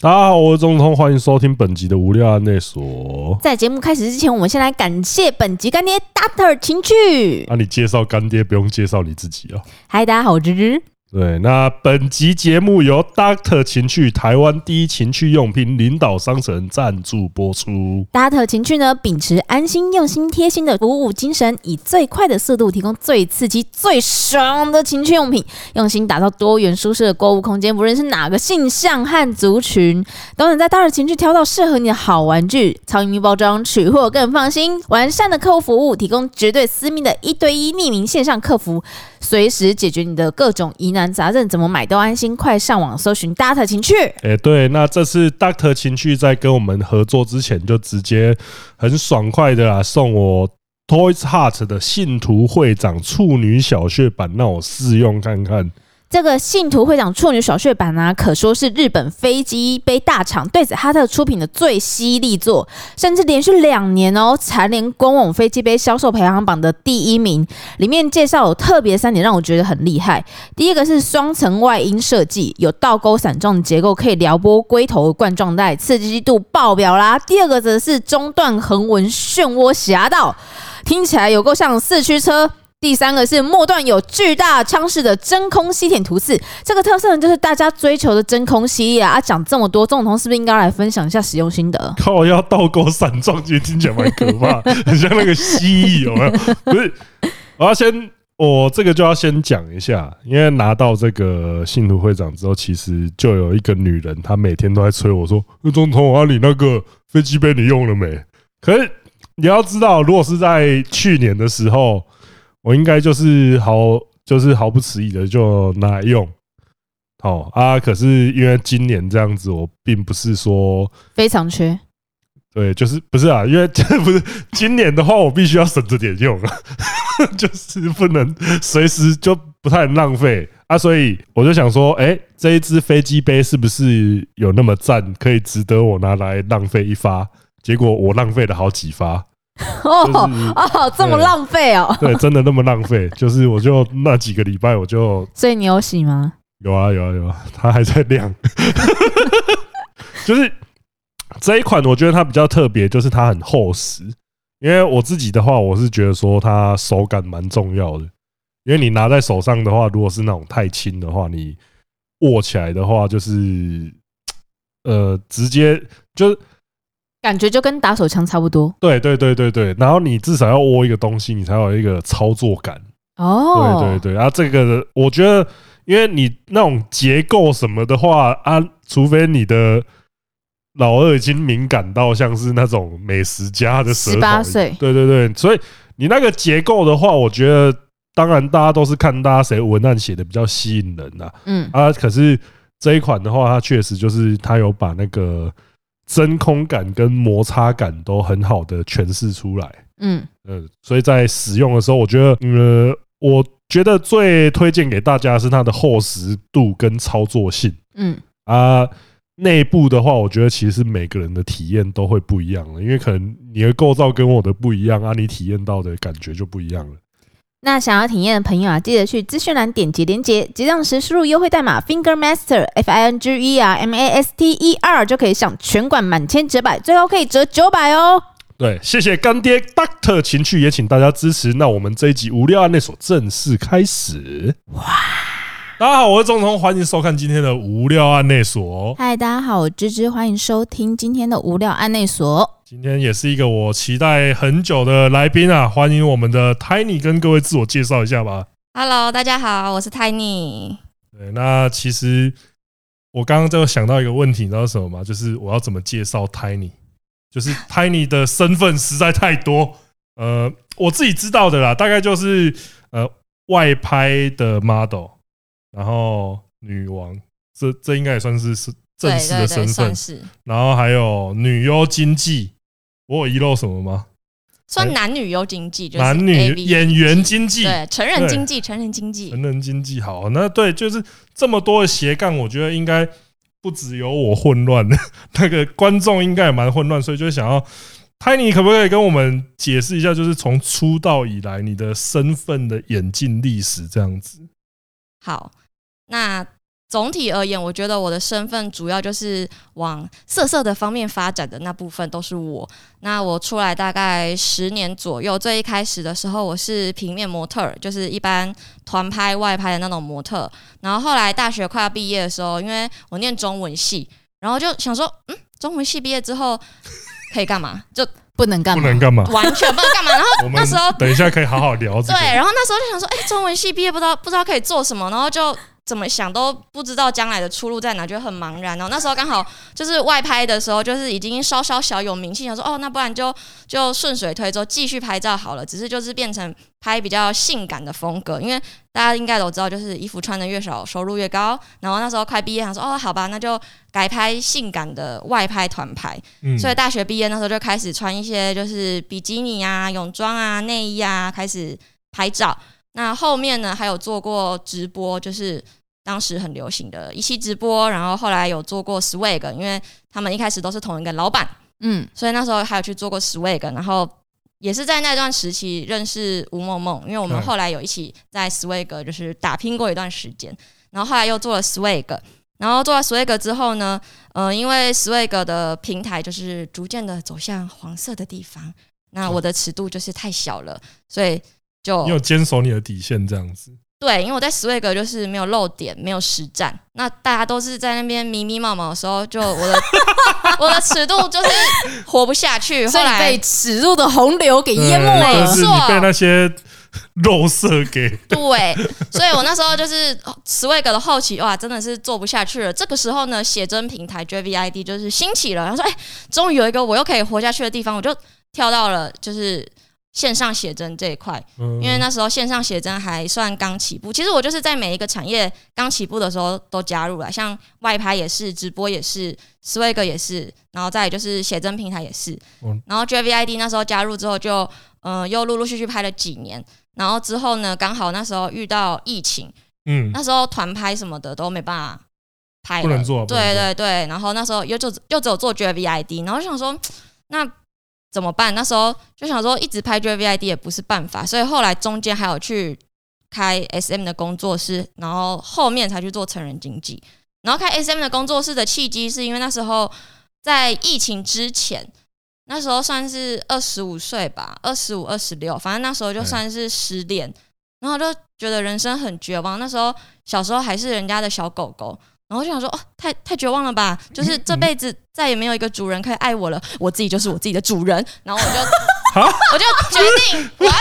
大家好，我是中通，欢迎收听本集的无料案内所。在节目开始之前，我们先来感谢本集干爹 Doctor 情趣。啊，你介绍干爹不用介绍你自己啊。嗨，大家好，我芝芝。对，那本集节目由 Doctor 情趣台湾第一情趣用品领导商城赞助播出。 Doctor 情趣呢，秉持安心、用心、贴心的服务精神，以最快的速度提供最刺激、最爽的情趣用品，用心打造多元舒适的购物空间。不论是哪个性向和族群，都能在 Doctor 情趣挑到适合你的好玩具。超隐秘包装，取货更放心。完善的客户服务，提供绝对私密的一对一匿名线上客服，随时解决你的各种疑难杂症，怎么买都安心。快上网搜寻 Doctor 情趣。哎、对，那这次 Doctor 情趣在跟我们合作之前，就直接很爽快的啦，送我 Toys Heart 的信徒会长处女小穴版，让我试用看看。这个信徒会长处女小穴版呢、可说是日本飞机杯大厂对子哈特出品的最犀利作，甚至连续两年哦蝉联官网飞机杯销售排行榜的第一名。里面介绍有特别三点让我觉得很厉害，第一个是双层外阴设计，有倒钩伞状的结构，可以撩拨龟头冠状带，刺激度爆表啦。第二个则是中段横纹漩涡侠道，听起来有够像四驱车。第三个是末段有巨大腔式的真空吸舔图刺，这个特色呢就是大家追求的真空吸力啊。啊，讲这么多，总统是不是应该来分享一下使用心得？靠，要倒钩散状，其实听起来蛮可怕， 很像那个蜥蜴，有没有？不是，我要先，我这个就要先讲一下，因为拿到这个信徒会长之后，其实就有一个女人，她每天都在催我说：“那总统啊，你那个飞机杯你用了没？”可是你要知道，如果是在去年的时候，我应该就是毫就是毫不迟疑的就拿来用。好、啊，可是因为今年这样子，我并不是说非常缺，对，就是不是啊？因为 不是今年的话，我必须要省着点用啊， 就是不能随时就不太能浪费啊，所以我就想说，哎、这一只飞机杯是不是有那么赞，可以值得我拿来浪费一发？结果我浪费了好几发，就是哦哦，这么对浪费哦。对，真的那么浪费，就是我就那几个礼拜我就所以你有洗吗？有啊有啊有啊， 它还在亮。就是这一款，我觉得它比较特别，就是它很厚实。因为我自己的话，我是觉得说它手感蛮重要的。因为你拿在手上的话，如果是那种太轻的话，你握起来的话，就是呃，直接就是感觉就跟打手枪差不多对对对对对。然后你至少要握一个东西，你才有一个操作感。哦。对对对，啊，这个我觉得，因为你那种结构什么的话啊，除非你的老二已经敏感到像是那种美食家的舌头18岁对对对，所以你那个结构的话，我觉得当然大家都是看大家谁文案写的比较吸引人呐、嗯，啊，可是这一款的话，它确实就是它有把那个真空感跟摩擦感都很好的诠释出来。嗯，呃，所以在使用的时候，我觉得，呃，我觉得最推荐给大家的是它的厚实度跟操作性嗯，啊。内部的话，我觉得其实每个人的体验都会不一样了，因为可能你的构造跟我的不一样啊，你体验到的感觉就不一样了。那想要体验的朋友啊，记得去资讯栏点击连接，结账时输入优惠代码 Finger Master F I N G E R M A S T E R 就可以享全馆满千折百，最后可以折九百哦。对，谢谢干爹 Doctor 情趣，也请大家支持。那我们这一集无聊案内所正式开始。哇！大家好，我是钟彤，欢迎收看今天的无聊案内所。嗨，大家好，我芝芝，欢迎收听今天的无聊案内所。今天也是一个我期待很久的来宾啊，欢迎我们的 Tiny 跟各位自我介绍一下吧。 Hello，大家好，我是 Tiny。对，那其实我刚刚就想到一个问题，你知道是什么吗？就是我要怎么介绍 Tiny，就是 Tiny 的身份实在太多。呃，我自己知道的啦，大概就是呃外拍的 model，然后女王，这这应该也算是是正式的对对身对，份算。是然后还有女优经济，我有遗漏什么吗？算男女优经济，就是男女 AV 演员经济、对成人对经济，成人经济成人经济，好，那对，就是这么多的斜杠，我觉得应该不只有我混乱， 那个观众应该也蛮混乱，所以就想要。泰尼可不可以跟我们解释一下，就是从出道以来你的身份的演进历史这样子？好。那总体而言，我觉得我的身份主要就是往色色的方面发展的那部分都是我。那我出来大概十年左右，最一开始的时候我是平面模特儿，就是一般团拍、外拍的那种模特。然后后来大学快要毕业的时候，因为我念中文系，然后就想说，嗯，中文系毕业之后可以干嘛？就不能干不嘛？能干嘛？完全不知道干嘛。然后我们那时候等一下可以好好聊这对，个。 然后那时候就想说，哎、中文系毕业不知道不知道可以做什么，然后就怎么想都不知道将来的出路在哪，就很茫然。然后那时候刚好就是外拍的时候，就是已经稍稍小有名气，想说哦，那不然就就顺水推舟继续拍照好了。只是就是变成拍比较性感的风格，因为大家应该都知道，就是衣服穿的越少，收入越高。然后那时候快毕业，想说哦，好吧，那就改拍性感的外拍团拍。嗯所以大学毕业那时候就开始穿一些就是比基尼啊、泳装啊、内衣啊，开始拍照。那后面呢，还有做过直播，就是当时很流行的一期直播，然后后来有做过 swag，因为他们一开始都是同一个老板，嗯，所以那时候还有去做过 swag，然后也是在那段时期认识吴梦梦，因为我们嗯后来有一起在 swag 就是打拼过一段时间，然后后来又做了 swag，然后做了 swag 之后呢，呃，因为 swag 的平台就是逐渐的走向黄色的地方，那我的尺度就是太小了，所以就你有坚守你的底线这样子。对，因为我在 Swag 就是没有露点，没有实战，那大家都是在那边迷迷毛毛的时候，就我的 我的尺度就是活不下去。所后以你来被耻辱的洪流给淹没欸对了就。是你被那些 肉色给 对，所以我那时候就是 Swag 的后期，哇，真的是做不下去了。这个时候呢，写真平台 JVID 就是兴起了，然后说，哎、终于有一个我又可以活下去的地方，我就跳到了就是线上写真这一块。嗯因为那时候线上写真还算刚起步。其实我就是在每一个产业刚起步的时候都加入了，像外拍也是，直播也是，Swag 也是，然后再来就是写真平台也是嗯。然后 JVID 那时候加入之后就，嗯又陆陆续续拍了几年。然后之后呢，刚好那时候遇到疫情，嗯那时候团拍什么的都没办法拍了，不能做不能对对对，然后那时候又就又只有做 JVID，然后就想说那怎么办？那时候就想说一直拍 JVID 也不是办法，所以后来中间还有去开 SM 的工作室，然后后面才去做成人经济。然后开 SM 的工作室的契机是因为那时候在疫情之前。那时候算是二十五岁吧，二十五、二十六，反正那时候就嗯算是失恋，然后就觉得人生很绝望。那时候小时候还是人家的小狗狗，然后就想说，哦，太太绝望了吧！就是这辈子再也没有一个主人可以爱我了，我自己就是我自己的主人。然后我就啊，我就决定我要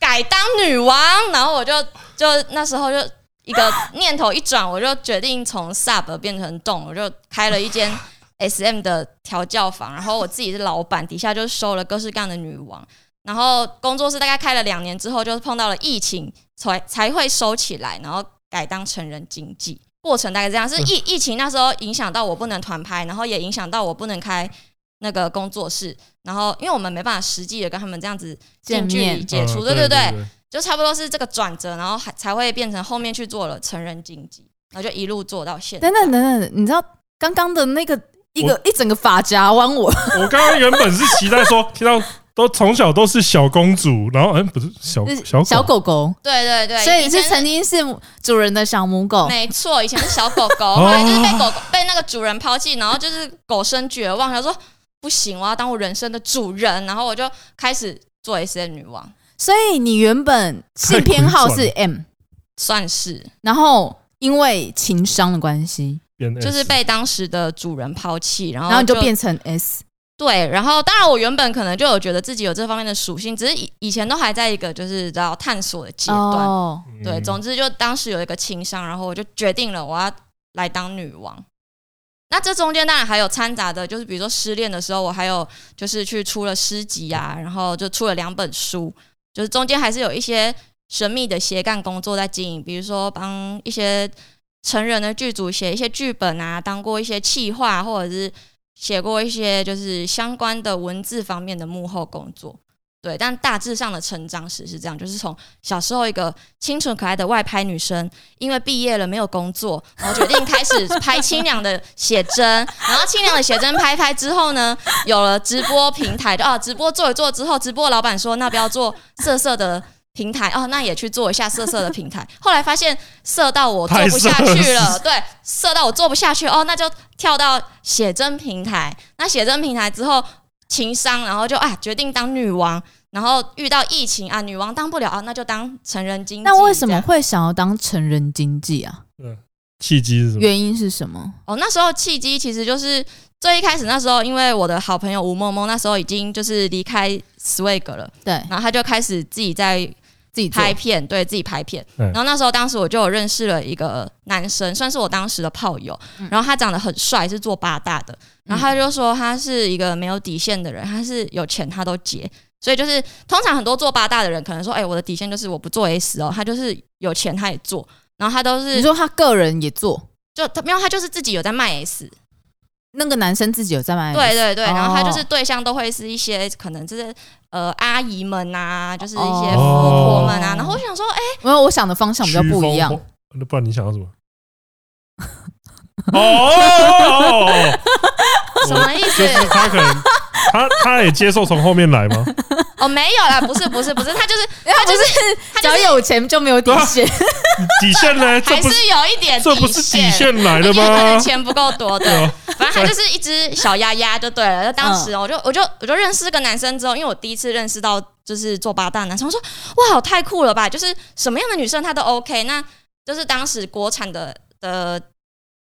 改当女王。然后我就就那时候就一个念头一转，我就决定从 sub 变成动，我就开了一间 SM 的调教房，然后我自己是老板，底下就收了各式各样的女王。然后工作室大概开了两年之后，就碰到了疫情，才才会收起来，然后改当成人经济。过程大概这样，是嗯疫疫情那时候影响到我不能团拍，然后也影响到我不能开那个工作室，然后因为我们没办法实际的跟他们这样子近距见离面接触，嗯对对对对，就差不多是这个转折，然后还才会变成后面去做了成人经济，然后就一路做到现在。等等等等，你知道刚刚的那个一我哦个一整个发夹弯我，我刚刚原本是期待说，听到都从小都是小公主，然后嗯，不是小小小狗狗，对对对，所以以是前曾经是主人的小母狗。没错，以前是小狗狗，后来就是被狗狗被那个主人抛弃，然后就是狗生绝望，他说不行，我要当我人生的主人，然后我就开始做 S N 女王，所以你原本性偏好是 M，算是然后因为情商的关系，变 S 就是被当时的主人抛弃，然后然后你就变成 S。对，然后当然我原本可能就有觉得自己有这方面的属性，只是以以前都还在一个就是知道探索的阶段，哦，对，嗯总之就当时有一个情商，然后我就决定了我要来当女王。那这中间当然还有掺杂的，就是比如说失恋的时候，我还有就是去出了诗集啊，然后就出了两本书，就是中间还是有一些神秘的斜杠工作在经营，比如说帮一些成人的剧组写一些剧本啊，当过一些企划，或者是写过一些就是相关的文字方面的幕后工作。对，但大致上的成长史是这样，就是从小时候一个清纯可爱的外拍女生，因为毕业了没有工作，然后决定开始拍清凉的写真，然后清凉的写真拍一拍之后呢，哦有了直播平台，就啊直播做一做之后，直播老板说那不要做色色的平台哦，那也去做一下色色的平台。后来发现色到我做太不下色了去是了，对，色到我做不下去哦，那就跳到写真平台。那写真平台之后情商，然后就啊决定当女王。然后遇到疫情啊，女王当不了啊，那就当成人经济。那为什这么样会想要当成人经济啊？契机是什么？原因是什么？哦，那时候契机其实就是最一开始那时候，因为我的好朋友吴梦梦那时候已经就是离开 Swag 了，对然后他就开始自己在自己做拍片，对自己拍片。嗯然后那时候当时我就有认识了一个呃男生，算是我当时的炮友嗯。然后他长得很帅，是做八大的。然后他就说他是一个没有底线的人，他是有钱他都结。所以就是通常很多做八大的人可能说，哎、我的底线就是我不做 S 哦，他就是有钱他也做。然后他都你是说他个人也做，就他没有，他就是自己有在卖 S，那个男生自己有在卖，对对对，然后他哦就是对象都会是一些可能就是呃阿姨们啊，就是一些哦富婆们啊，然后我想说，哎、因为我想的方向比较不一样曲。风花。那不然你想要什么？哦哦，哦哦什么意思就是他可能他他也接受从后面来吗？哦没有啦，不是不是不是，他就是他就是他只就要 是有钱就没有底线，底线呢？ 这还不是是有一点这不是底线来的因为可吗能？钱不够多，对 对，啊，反正他就是一只小鸭鸭就对了。就当时哦我就我就我就认识这个男生之后，因为我第一次认识到就是做八大的男生，我说哇，太酷了吧！就是什么样的女生他都 OK。那就是当时国产的的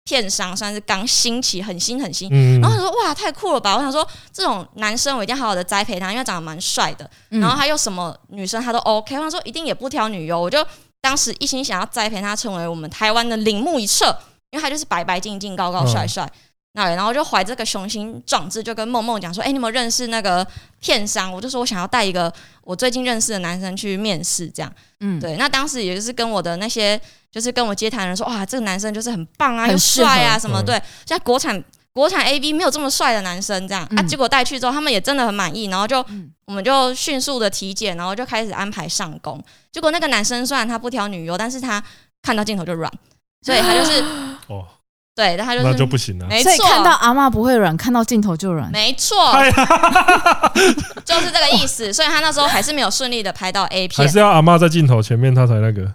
片商算是刚兴起，很新很新。嗯然，后我说哇，太酷了吧！我想说这种男生我一定要好好的栽培他，因为长得蛮帅的。 嗯然后他又什么女生他都 OK，我想说一定也不挑女优，我就当时一心想要栽培他成为我们台湾的铃木一彻，因为他就是白白净净、高高帅帅。嗯那然后就怀这个雄心壮志，就跟梦梦讲说：“哎、你有没有认识那个片商？”我就说我想要带一个我最近认识的男生去面试，这样。嗯，对，那当时也就是跟我的那些，就是跟我接谈的人说：“哇，这个男生就是很棒啊，很又适合帅啊，什么嗯对。”现在国产国产 A B 没有这么帅的男生，这样啊，嗯结果带去之后，他们也真的很满意，然后就嗯我们就迅速的体检，然后就开始安排上工。结果那个男生虽然他不挑女优，但是他看到镜头就软，所以他就是哦， 对，他就是那就不行了。没所错以，看到阿嬷不会软，看到镜头就软。没错，哎呀， 就是这个意思。所以他那时候还是没有顺利的拍到 A 还片，是要阿妈在镜头前面，他才那个。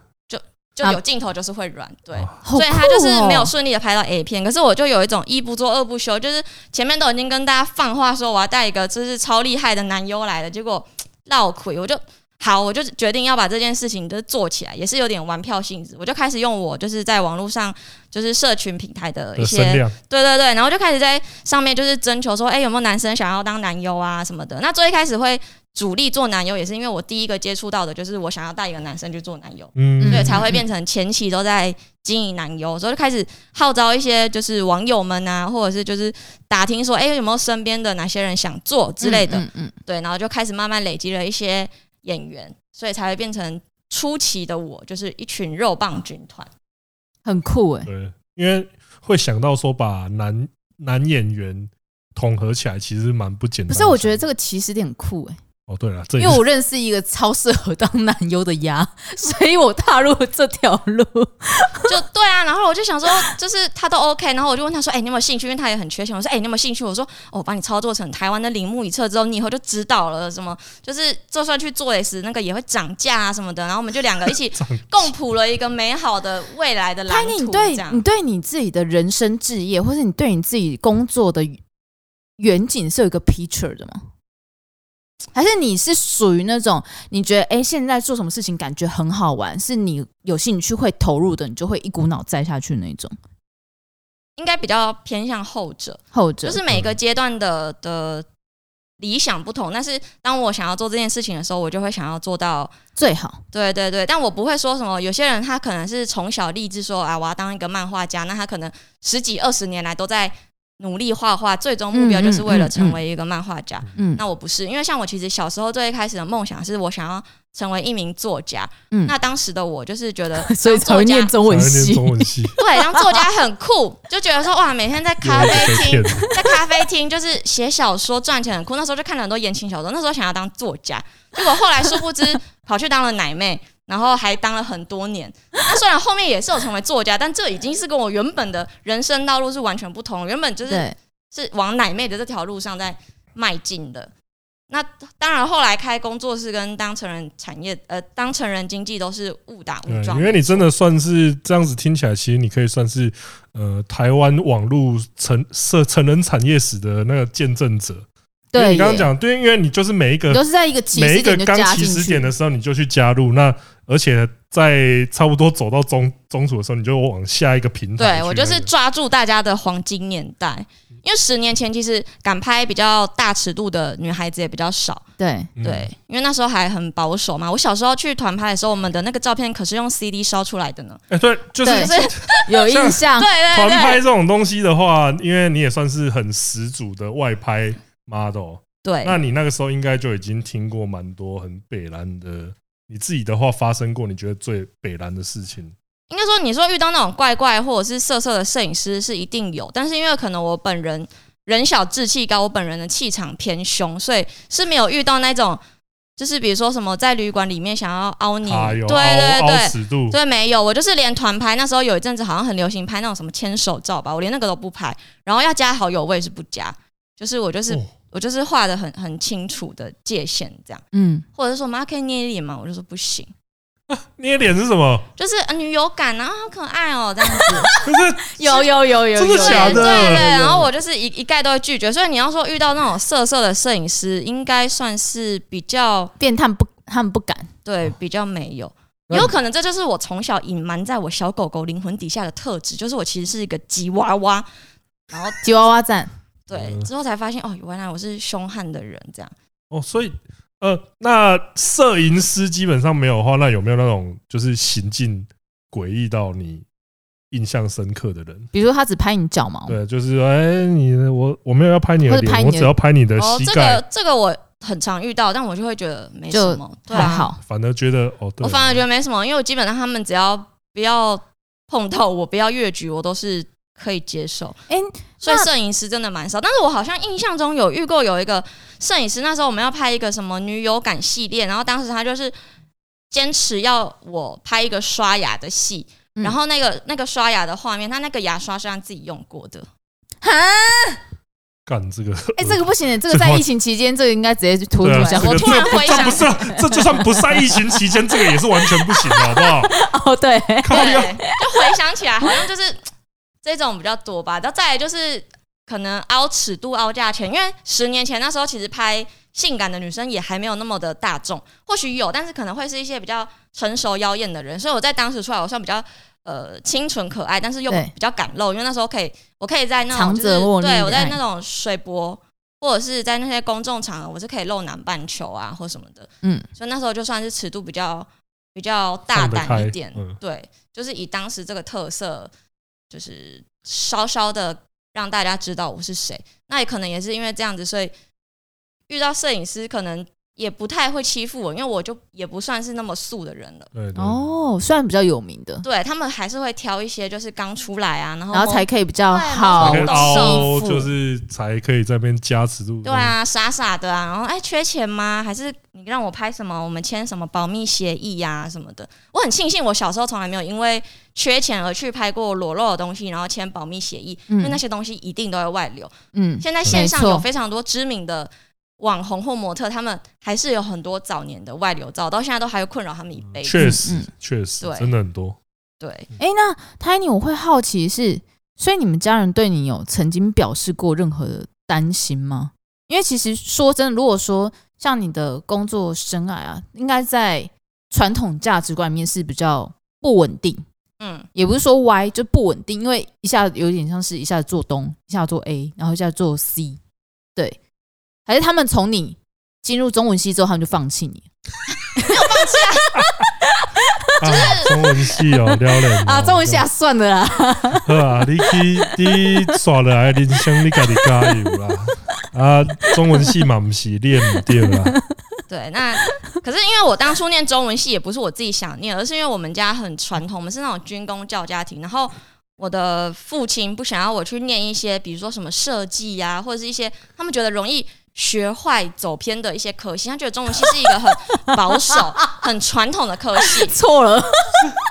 就有镜头就是会软，对。啊好酷所以他就是没有哦顺利的拍到 A 片，可是我就有一种一不做二不休，就是前面都已经跟大家放话说我要带一个就是超厉害的男优来了，结果闹亏，我就好，我就决定要把这件事情就是做起来，也是有点玩票性质，我就开始用我就是在网络上就是社群平台的一的些声量，对对对，然后就开始在上面就是征求说，哎、有没有男生想要当男优啊什么的。那最一开始会主力做男优，也是因为我第一个接触到的就是我想要带一个男生去做男优，嗯，对，才会变成前期都在经营男优，所以就开始号召一些就是网友们啊，或者是就是打听说，哎、有没有身边的哪些人想做之类的，嗯嗯，对，然后就开始慢慢累积了一些演员，所以才会变成初期的我就是一群肉棒军团。很酷哎。对，因为会想到说把男男演员统合起来，其实蛮不简单不的。是，我觉得这个起始点很酷哎，哦，对了，这因也为是我认识一个超适合当男优的鸭， 所以我踏入这条路。 就对啊，然后我就想说，就是他都 OK，然后我就问他说，哎、你有没有兴趣？因为他也很缺钱。我说，哎、你有没有兴趣？我说，哦我把你操作成台湾的铃木一彻之后，你以后就知道了，什么就是就算去做 S 那个也会涨价啊什么的。然后我们就两个一起涨共谱了一个美好的未来的蓝拍你图，对这你样。对你自己的人生置业，或是你对你自己工作的远景是有一个 picture 的吗？还是你是属于那种你觉得哎、诶现在做什么事情感觉很好玩，是你有兴趣会投入的，你就会一股脑栽下去那种？应该比较偏向后者，后者就是每个阶段的的理想不同。但是当我想要做这件事情的时候，我就会想要做到最好，对对对，但我不会说什么。有些人他可能是从小立志说啊，我要当一个漫画家，那他可能十几二十年来都在努力画画，最终目标就是为了成为一个漫画家。嗯那我不是，因为像我其实小时候最一开始的梦想是我想要成为一名作家。嗯，，那当时的我就是觉得所以才会念中文想要念系，中文 系，对，当作家很酷，就觉得说哇，每天在咖 啡被骗。厅了。在咖啡厅就是写小说赚钱很酷，那时候就看了很多言情小说，那时候想要当作家，结果后来殊不知跑去当了奶妹，然后还当了很多年。那虽然后面也是有成为作家，但这已经是跟我原本的人生道路是完全不同，原本就是对，是往奶妹的这条路上在迈进的。那当然，后来开工作室跟当成人产业，呃，当成人经济都是误打误对，撞。因为你真的算是这样子听起来，其实你可以算是呃台湾网络成社成人产业史的那个见证者。因为对，你刚刚，讲，对，因为你就是每一你个都是在一个起每一始个点就刚加起进始点去，的时候，你就去加入。那而且在差不多走到中中途的时候，你就往下一个平台去那个。对我就是抓住大家的黄金年代，因为十年前其实敢拍比较大尺度的女孩子也比较少，对，嗯对，因为那时候还很保守嘛。我小时候去团拍的时候，我们的那个照片可是用 CD 烧出来的呢。哎，对，就是对就是有印象对，对啊团拍对这种东西的话，因为你也算是很十足的外拍 model，那对，你那个时候应该就已经听过蛮多很北蓝的。你自己的话发生过你觉得最北蓝的事情？应该说你说遇到那种怪怪或者是色色的摄影师是一定有，但是因为可能我本人人小志气高，我本人的气场偏凶，所以是没有遇到那种。就是比如说什么在旅馆里面想要凹你，啊，嗯对有凹对凹对，尺度，对，没有，我就是连团拍那时候有一阵子好像很流行拍那种什么牵手照吧，我连那个都不拍，然后要加好友我也是不加，就是我就是、哦我就是画的很很清楚的界限这样，嗯，或者是说妈可以捏脸吗？我就说不行，捏脸是什么？就是、呃女友感啊，好可爱哦、这 样子，可是有有有有真的有，假对的对对对，对然后我就是一一概都会拒绝，所以你要说遇到那种色色的摄影师，应该算是比较变他们不他们不敢，对比较没有。那也有可能这就是我从小隐瞒在我小狗狗灵魂底下的特质，就是我其实是一个吉娃娃，然后吉娃娃赞，对嗯，之后才发现哦，原来我是凶悍的人，这样哦，所以呃，那摄影师基本上没有的话，那有没有那种就是行径诡异到你印象深刻的人？比如说他只拍你脚哦毛，对，就是哎、你我我没有要拍你的或者拍脸，你我的只要拍你的哦膝，这盖，个这个我很常遇到，但我就会觉得没就什么，对还啊，好，反而觉得哦，对，我反而觉得没什么，因为我基本上他们只要不要碰到我，不要越矩，我都是可以接受。 哎，所以那摄影师真的蛮少，但是我好像印象中有遇过有一个摄影师，那时候我们要拍一个什么女友感系列，然后当时他就是坚持要我拍一个刷牙的戏，嗯然后那个那个刷牙的画面，他那个牙刷是他自己用过的，哈，干这个，哎，这个不行，这这个个在话疫情期间，这个应该直接突对出啊，讲这我个突然这不回这想不是啊，这就算不在疫情期间，这个也是完全不行的，啊好不 好？哦， 对，靠对，腰就回想起来，好像就是这种比较多吧。然后再来就是可能凹尺度、凹价钱，因为十年前那时候其实拍性感的女生也还没有那么的大众，或许有，但是可能会是一些比较成熟妖艳的人。所以我在当时出来，我算比较。呃，清纯可爱，但是又对比较敢露，因为那时候可以，我可以在那种藏就是着默念对我在爱那种水博或者是在那些公众场合，我是可以露南半球啊或什么的，嗯，所以那时候就算是尺度比较比较大放得胆开一点，嗯对，就是以当时这个特色，就是稍稍的让大家知道我是谁。那也可能也是因为这样子，所以遇到摄影师可能也不太会欺负我，因为我就也不算是那么素的人了。对，对哦，算比较有名的，对他们还是会挑一些就是刚出来啊，然后然后才可以比较才好可以对凹欺负，就是才可以在那边加尺度。对，啊，傻傻的啊，然后哎，缺钱吗？还是你让我拍什么？我们签什么保密协议呀、什么的？我很庆幸我小时候从来没有因为缺钱而去拍过裸露的东西，然后签保密协议，因为那嗯些东西一定都会外流。嗯，现在线上没错有非常多知名的网红或模特，他们还是有很多早年的外流照，到现在都还会困扰他们一辈子。确实嗯嗯确实对真的很 多。对，哎、那 Tiny，我会好奇是，所以你们家人对你有曾经表示过任何的担心吗？因为其实说真的，如果说像你的工作生涯啊，应该在传统价值观里面是比较不稳定，嗯，也不是说歪，就不稳定，因为一下有点像是一下做东，一下做 A，然后一下做 C，对，还是他们从你进入中文系之后，他们就放弃你啊，中文系 哦，撩人啊？中文系系啊，算 了啦，好啊，你去你耍了来人生，你家己加油 啦！啊，中文系嘛，不是练唔对啦。 对。那可是因为我当初念中文系也不是我自己想念，而是因为我们家很传统，我们是那种军工教家庭，然后。我的父亲不想要我去念一些，比如说什么设计呀，或者是一些他们觉得容易学坏、走偏的一些科系。他觉得中文系是一个很保守、很传统的科系，错了，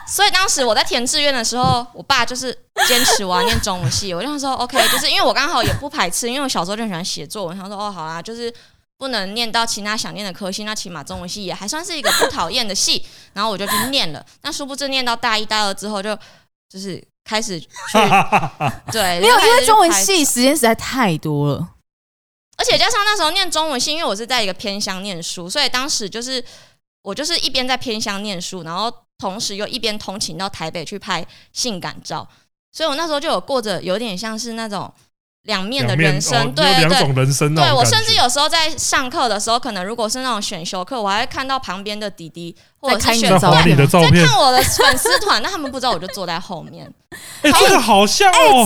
所以当时我在填志愿的时候，我爸就是坚持 我要念中文系，我就想说 OK，就是因为我刚好也不排斥，因为我小时候就很喜欢写作文，想说哦好啊，就是不能念到其他想念的科系，那起码中文系也还算是一个不讨厌的系。然后我就去念了，那殊不知念到大一、大二之后就就是开始去对，没有，就开因始为去中文排系时间实在太多了。而且加上那时候念中文系，因为我是在一个偏乡念书，所以当时就是我就是一边在偏乡念书，然后同时又一边通勤到台北去拍性感照，所以我那时候就有过着有点像是那种两面的两面人生，哦对有对两对。种人生那对种我感甚觉至有时候在上课的时候，可能如果是那种选修课，我还会看到旁边的弟弟或者在开你是选的在照划片你的吗照在片，看我的粉丝团，那他们不知道我就坐在后 面，哎，这个好像哦，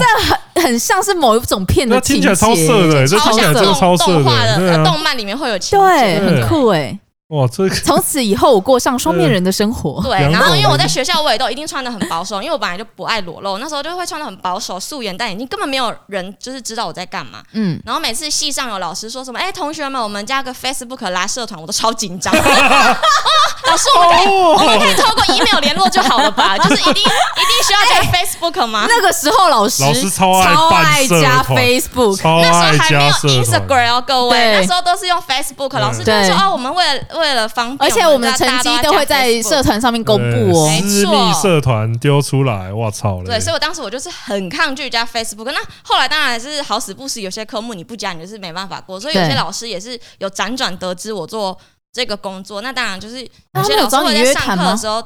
很像是某一种片的那情听节，起来超色的，欸这超听起来像这真的种超色动画的、呃对啊，动漫里面会有情节，对，对很酷哎、哇，这个从此以后，我过上双面人的生活。 对，两然后种因为我人在学校我也都一定穿的很保守，因为我本来就不爱裸露，那时候就会穿的很保守，素颜戴眼镜，根本没有人就是知道我在干嘛。嗯，然后每次系上有老师说什么，哎、同学们，我们加个 Facebook 拉社团，我都超紧张。 哦老师，我们可以我们哦，可以透过 email 联络就好了吧？就 是一定一定需要加哎 Facebook 吗？那个时候老师老师超爱超办爱社加团 Facebook，超那时候爱还没加有社团， Instagram 哦，各位，对那时候都是用 Facebook，老师就会对说哦，我们为了为了方而便，且我们的成绩都都会在社团上面公布哦。对私密社团丢出来，哇操嘞！对，所以我当时我就是很抗拒加 Facebook。那后来当然是好死不死，有些科目你不加，你就是没办法过。所以有对些老师也是有辗转得知我做这个工作，那当然就是那他有些们有老师找会你在约上谈课的吗？嗯时候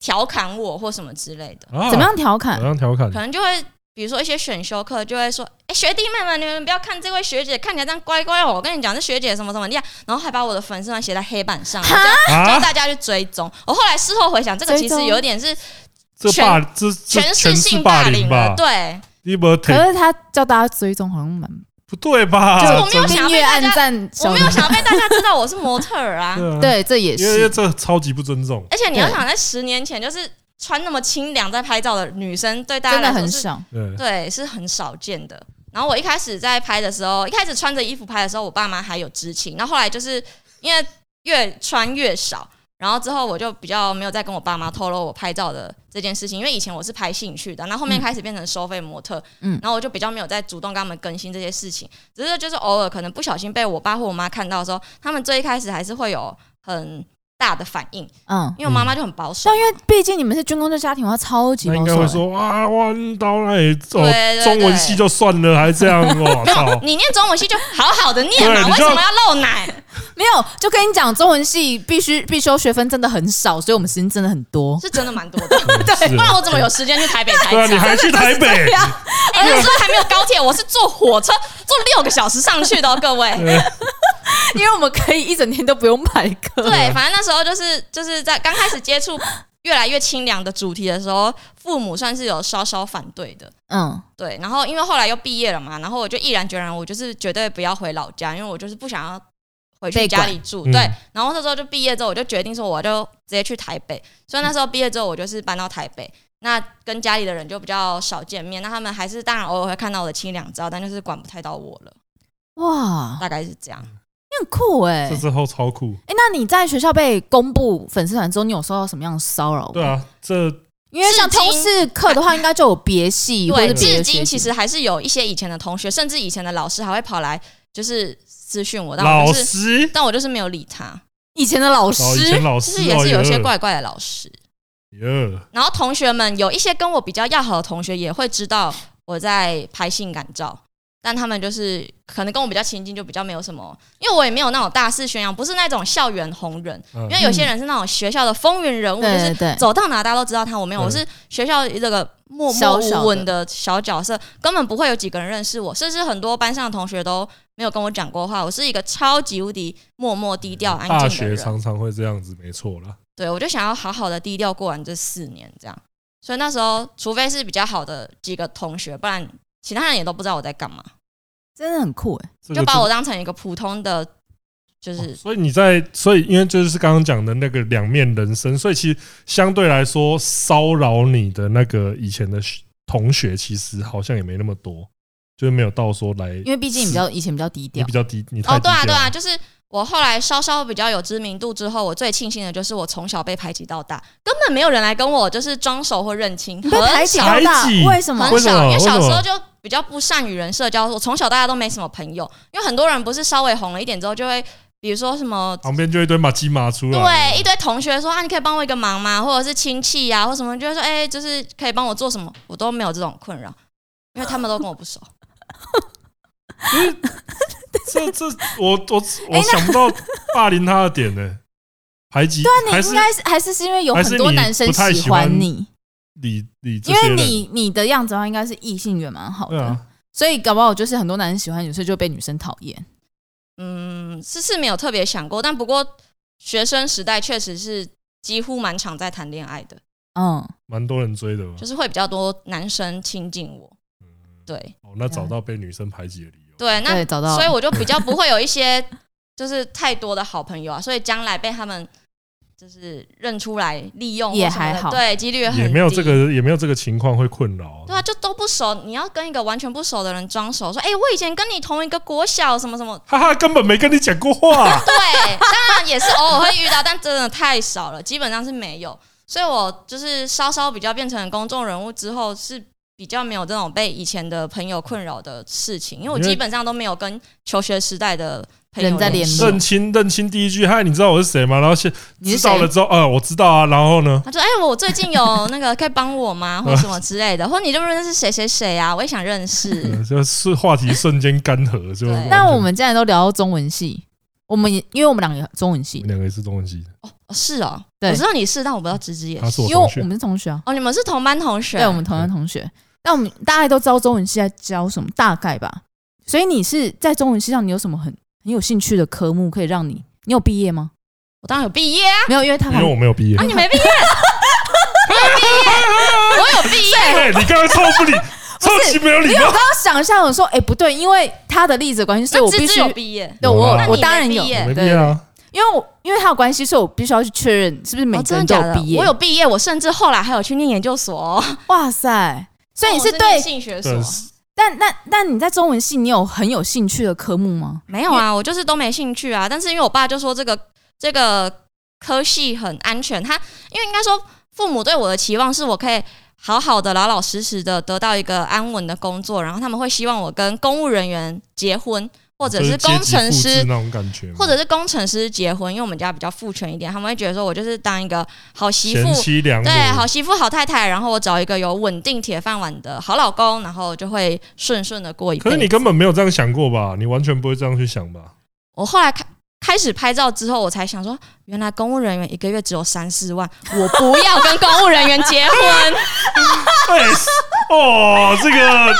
调侃我或什么之类的，啊怎么样怎调侃么？样调侃可？ 能就会。比如说一些选修课就会说，哎、学弟妹们，你们不要看这位学姐看起来这样乖乖哦，我跟你讲，这学姐什么什么厉害，然后还把我的粉丝团写在黑板上，叫叫啊，大家去追踪。我后来事后回想，这个其追实踪有点是这全霸这这全是全性霸凌凌了，吧？对，你不可挺是他叫大家追踪好像蛮不对吧？就是我没有真。想音要乐被大暗家赞我小没有想要被大家知道我是模特儿啊对啊， 对，这也因为因为是这超级不尊重。而且你要对想，在十年前，就是穿那么清凉在拍照的女生，对大家真的来说很是，少。对，对，是很少见的。然后我一开始在拍的时候，一开始穿着衣服拍的时候，我爸妈还有知情。然后后来就是因为越穿越少，然后之后我就比较没有再跟我爸妈透露我拍照的这件事情，因为以前我是拍兴趣的，然后后面嗯开始变成收费模特，嗯然后我就比较没有再主动跟他们更新这些事情，只是就是偶尔可能不小心被我爸或我妈看到的时候，他们最一开始还是会有很大的反应，嗯，因为我妈妈就很保守像，因为毕竟你们是军工的家庭，我超级那应该保会守欸。说啊，弯刀哎，哦，对对中文系就算了，还这样， 我操！你念中文系就好好的念对嘛，你为就要什么要露奶？没有，就跟你讲，中文系必须必修学分真的很少，所以我们时间真的很 多。是真的蛮多的， 对不然我怎么有时间去台北嗯拍啊对啊，你照？还去台北？哎，那时候还没有高铁，我是坐火车坐六个小时上去的、哦，各位。对啊因为我们可以一整天都不用排课。 对，反正那时候就是就是在刚开始接触越来越清凉的主题的时候，父母算是有稍稍反对的。嗯，对，然后因为后来又毕业了嘛，然后我就毅然决然，我就是绝对不要回老家，因为我就是不想要回去被家管里住。嗯对，然后那时候就毕业之后，我就决定说，我就直接去台北。所以那时候毕业之后，我就是搬到台北。那跟家里的人就比较少见面，那他们还是当然偶尔会看到我的清凉照，但就是管不太到我了，哇，大概是这样。你很酷哎、这之后超酷。哎、那你在学校被公布粉丝团之后，你有受到什么样的骚扰吗？对，啊，这因为像至今通识课的话，应该就有别系或对，者别至的今学其习。实还是有一些以前的同学，甚至以前的老师还会跑来就是私讯我，但我老就是师但我就是没有理他，以前的老哦，以师前老就师是也哦是有一些哟怪怪的老师。哟然后同学们有一些跟我比较要好的同学也会知道我在拍性感照，但他们就是可能跟我比较亲近，就比较没有什么，因为我也没有那种大肆宣扬，不是那种校园红人，嗯因为有些人是那种学校的风云人物，就对是对走到哪大家都知道他，我没有，嗯我是学校这个默默小小的无闻的小角色，根本不会有几个人认识我，甚至很多班上的同学都没有跟我讲过话。我是一个超级无敌默默低调、安大静的学人。常常会这样子，没错啦。对我就想要好好的低调过完这四年，这样。所以那时候，除非是比较好的几个同学，不然其他人也都不知道我在干嘛，真的很酷哎、这个就把真我当成一个普通的，就哦是所以你在，所以因为就是刚刚讲的那个两面人生，所以其实相对来说，骚扰你的那个以前的学同学，其实好像也没那么多，就是没有到说来，因为毕竟你比较以前比较低你调比，较低，你太低哦，对调啊，了对啊，，就是我后来稍稍比较有知名度之后，我最庆幸的就是我从小被排挤到大，根本没有人来跟我就是装熟或认亲，你被排很挤少到大排挤，为什为么？很什少么，因为小时为什候么就比较不善与人社交，我从小大家都没什么朋友，因为很多人不是稍微红了一点之后就会，比如说什么。旁边就一堆马鸡马出来，对，一堆同学说啊，你可以帮我一个忙吗？或者是亲戚呀、或什么，就会说哎、就是可以帮我做什么，我都没有这种困扰，因为他们都跟我不熟。 这这我我我想不 到哎霸凌他的点呢、排挤，啊那还啊你是应该是还是是因为有还很是多你男生不太喜欢欢你，你你这因些为人你你的样子的话，应该是异性缘蛮好对的，啊，所以搞不好就是很多男生喜欢你，所以就被女生讨厌。嗯，是是没有特别想过，但不过学生时代确实是几乎蛮常在谈恋爱的，嗯，蛮多人追的嘛就。是会比较多男生亲近我。对哦，那找到被女生排挤的理由，对，那对，找到了，所以我就比较不会有 一些就是太多的好朋友啊，所以将来被他们就是认出来利用也或什么的还好对，几率很也没有这低。个也没有这个情况会困扰对啊，啊。就都不熟，你要跟一个完全不熟的人装熟，说：“哎、我以前跟你同一个国小，什么什么。。哈哈，根本没跟你讲过话”对， 当然也是偶尔会遇到，但真的太少了，基本上是没有。所以我就是稍稍比较变成公众人物之后，是比较没有这种被以前的朋友困扰的事情，因为我因为基本上都没有跟求学时代的朋友人在联联系络认清认清第一句，嗨，你知道我是谁吗？然后现你知是谁道了之后，呃，我知道啊。然后呢？他说：“哎、我最近有那个，可以帮 我吗？或什么之类的，或你认不认识谁谁谁啊？我也想认识。嗯呃就是话题瞬间干涸，就对完全但我们既然都聊到中文系，我们也因为我们两个也中文我系们，两个也是中文系的，哦是哦，对哦我知道你是，但我不知道芝芝也他是是。我因为我同学我，们是同学啊，哦，你们是啊同班同学对，我们同班同学。但我们大概都知道中文系在教什么，大概吧。所以你是在中文系上，你有什么很很有兴趣的科目可以让你？你有毕业吗？我当然有毕业啊，没有，因为他因为我没有毕业啊，。你 没毕业，我有毕业，我有毕业。哎，你刚才超不礼，超级没有礼貌。我想一下，我说，哎、不对，因为他的例子的关系，所以我那必芝须芝有毕业，对我那有你我当然有，没毕业我对没毕业啊，因为我因为他有关系，所以我必须要去确认是不是每哦个真的人都假有的毕？业。我有毕业，我甚至后来还有去念研究所哦。哇塞！所以你我是是对念，性学所对，但那那你在中文系，你有很有兴趣的科目吗？没有啊，我就是都没兴趣啊。但是因为我爸就说这个这个科系很安全，他因为应该说父母对我的期望是我可以好好的、老老实实的得到一个安稳的工作，然后他们会希望我跟公务人员结婚，或者就是阶级工程复制师。那种感觉吗，或者是工程师结婚，因为我们家比较父权一点，他们会觉得说我就是当一个好媳妇贤，妻良母，对，好媳妇、好太太，然后我找一个有稳定铁饭碗的好老公，然后就会顺顺的过一辈子。可是你根本没有这样想过吧？你完全不会这样去想吧？我后来开开始拍照之后，我才想说，原来公务人员一个月只有三四万，我不要跟公务人员结婚。 哎，是哦，这 个，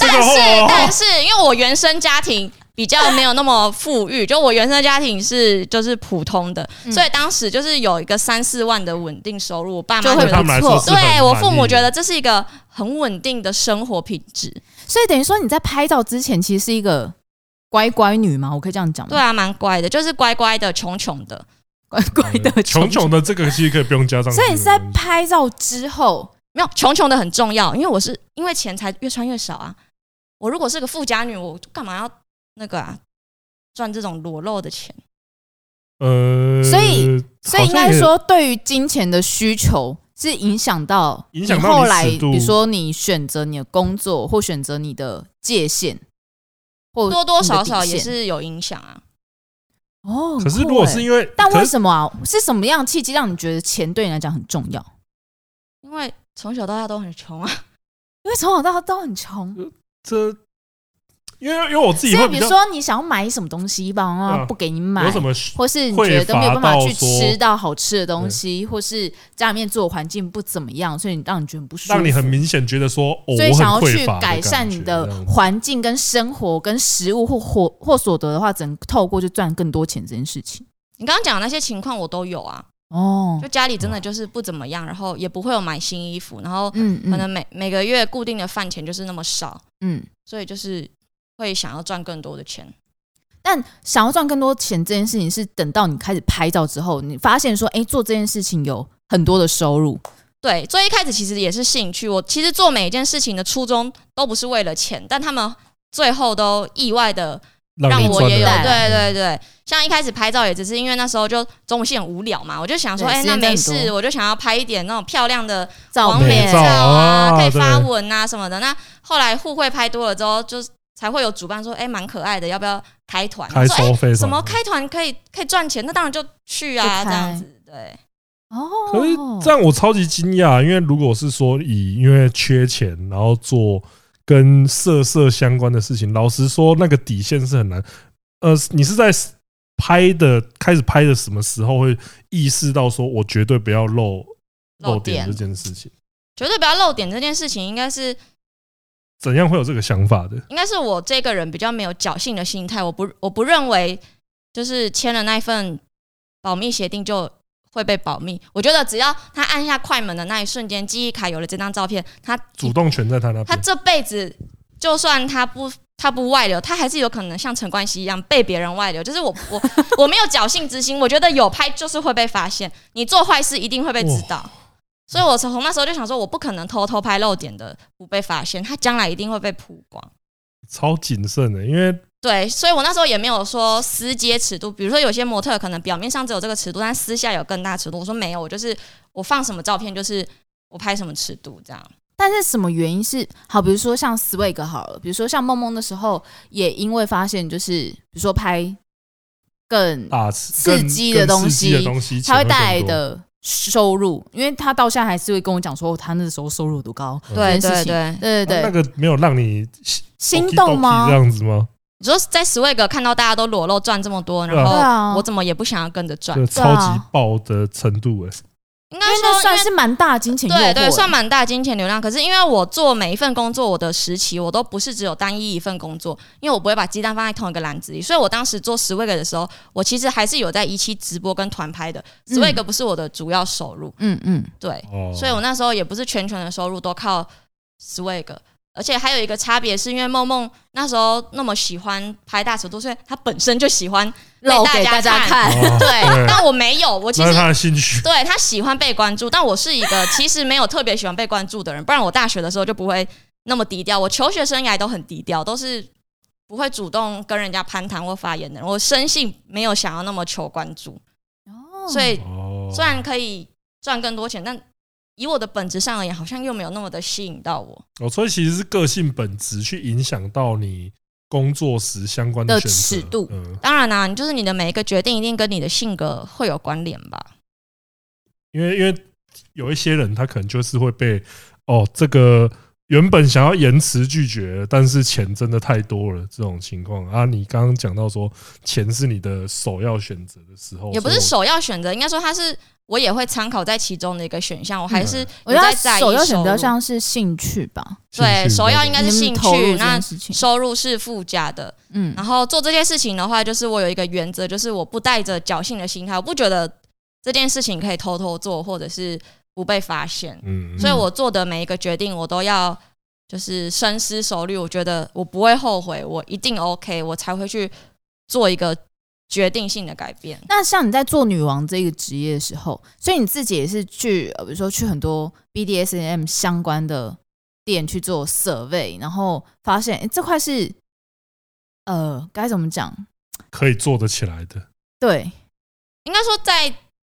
这这个但是，但哦，是因为我原生家庭。比较没有那么富裕， 就我原生家庭是就是普通的，嗯所以当时就是有一个三四万的稳定收入，我爸妈就觉会对他得，们来说是很满意对的我父母觉得这是一个很稳定的生活品质，所以等于说你在拍照之前，其实是一个乖乖女嘛，我可以这样讲吗？对，啊，蛮乖的，就是乖乖的、穷穷的，乖乖的呃穷穷。嗯的这个其实可以不用加上去，所以你是在拍照之后，没有穷穷的很重要，因为我是因为钱才越穿越少啊。我如果是个富家女，我干嘛要那个啊赚这种裸露的钱？呃，所以所以应该好像也说对于金钱的需求是影响到影响到你后来，尺度比如说你选择你的工作或选择你的界限，或多多少少你的也底线是有影响啊。哦。可是如果很酷欸是因为，但可为是什么啊？是什么样的契机让你觉得钱对你来讲很重要？因为从小到大都很穷啊，因为从小到大都很穷，这，因为因为我自所己会以比比较如说哎你想要买什么东西，爸爸妈对妈啊不给你买有，什么或是你觉得没有办法去吃到好吃的东西，或是家里面住的环境不怎么样，所以让你觉得很不舒服，让你很明显觉得说，哦所以我很想要去匮乏的改善感你觉的这样环境、跟生活、跟食物或或或所得的话，只能透过就赚更多钱这件事情。你刚刚讲的那些情况我都有啊，哦就，家里真的就是不怎么样，然后也不会有买新衣服，然后嗯可能嗯每每个月固定的饭钱就是那么少，嗯。所以就是会想要赚更多的钱。但想要赚更多钱这件事情，是等到你开始拍照之后，你发现说，哎、做这件事情有很多的收入。对，最一开始其实也是兴趣。我其实做每一件事情的初衷都不是为了钱，但他们最后都意外的让你我赚也有，的赚对对对，像一开始拍照也只是因为那时候就中戏很无聊嘛，我就想说，对哎、时那间没真的很事，多我就想要拍一点那种漂亮的照网美美片照照啊，啊可以发对文啊什么的。那后来互惠拍多了之后，就才会有主办说，哎、蛮可爱的，要不要开团？开我说，哎、收费什么？开团可以可以赚钱？那当然就去啊，就开这样子。对，哦，可是这样我超级惊讶，因为如果是说以因为缺钱，然后做跟色色相关的事情，老实说，那个底线是很难。呃，你是在拍的开始拍的什么时候会意识到说我绝对不要露露露点点这件事情？绝对不要露点这件事情，应该是怎样会有这个想法的？应该是我这个人比较没有侥幸的心态，我不我不认为就是签了那份保密协定就会被保密。我觉得只要他按下快门的那一瞬间，记忆卡有了这张照片，他主动权在他那他嗯边，这辈子就算他不他不外流，他还是有可能像陈冠希一样被别人外流。就是我 我我没有侥幸之心，我觉得有拍就是会被发现，你做坏事一定会被知道。所以我从那时候就想说，我不可能偷偷拍漏点的不被发现，他将来一定会被曝光。超谨慎的，因为对，所以我那时候也没有说私接尺度，比如说有些模特可能表面上只有这个尺度，但私下有更大尺度。我说没有，我就是我放什么照片就是我拍什么尺度这样。但是什么原因是好？比如说像 Swag 好了，比如说像梦梦的时候，也因为发现就是比如说拍更啊，刺激的更东更刺激的西东西它会钱带来更多。的收入，因为他到现在还是会跟我讲说他那时候收入有多高。嗯对这件事对情对对，对那对，个没有让你心动 okey-dokey 吗这？样子吗？你说在 Swag 看到大家都裸露赚这么多，对啊然对后啊，我因怎么也不想要跟着赚就？对超啊级爆的程度哎、应该为说那算因为是蛮大的金钱诱惑对欸，对，算蛮大金钱流量。可是因为我做每一份工作，我的时期我都不是只有单一一份工作，因为我不会把鸡蛋放在同一个篮子里。所以我当时做 Swag 的时候，我其实还是有在一期直播跟团拍的。嗯 Swag 不是我的主要收入，嗯嗯，对，哦，所以我那时候也不是全权的收入都靠 Swag。而且还有一个差别是因为梦梦那时候那么喜欢拍大尺度，所以她本身就喜欢露被给大大家家嗯看，哦 对，但我没有，我其那实是他的兴趣对他喜欢被关注，但我是一个其实没有特别喜欢被关注的人，不然我大学的时候就不会那么低调。我求学生涯都很低调，都是不会主动跟人家攀谈或发言的人。我生性没有想要那么求关注，哦所以哦，虽然可以赚更多钱，但以我的本质上而言，好像又没有那么的吸引到我。哦，所以其实是个性本质去影响到你工作时相关的选尺择度嗯，当然啦、啊你就是你的每一个决定一定跟你的性格会有关联吧。因为因为有一些人他可能就是会被哦这个原本想要延迟拒绝，但是钱真的太多了这种情况啊。你刚刚讲到说钱是你的首要选择的时候，也不是哦所首要选择，应该说它是我也会参考在其中的一个选项。我还嗯是我有觉得在他在意首要选收择入像是兴趣吧，以我对兴趣首要比应较该你是兴趣投入这那件事情，收入是附加的。嗯然后做这件事情的话，就是我有一个原则，就是我不带着侥幸的心态，我不觉得这件事情可以偷偷做，或者是不被发现。多嗯，所以我做的每一个决定，我都要就是深思熟虑。我觉得我不会后悔，我一定 OK，我才会去做一个决定性的改变。那像你在做女王这个职业的时候，所以你自己也是去，呃比如说去很多 BDSM 相关的店去做 survey，然后发现、诶这块是呃该怎么讲？可以做得起来的。对，应该说在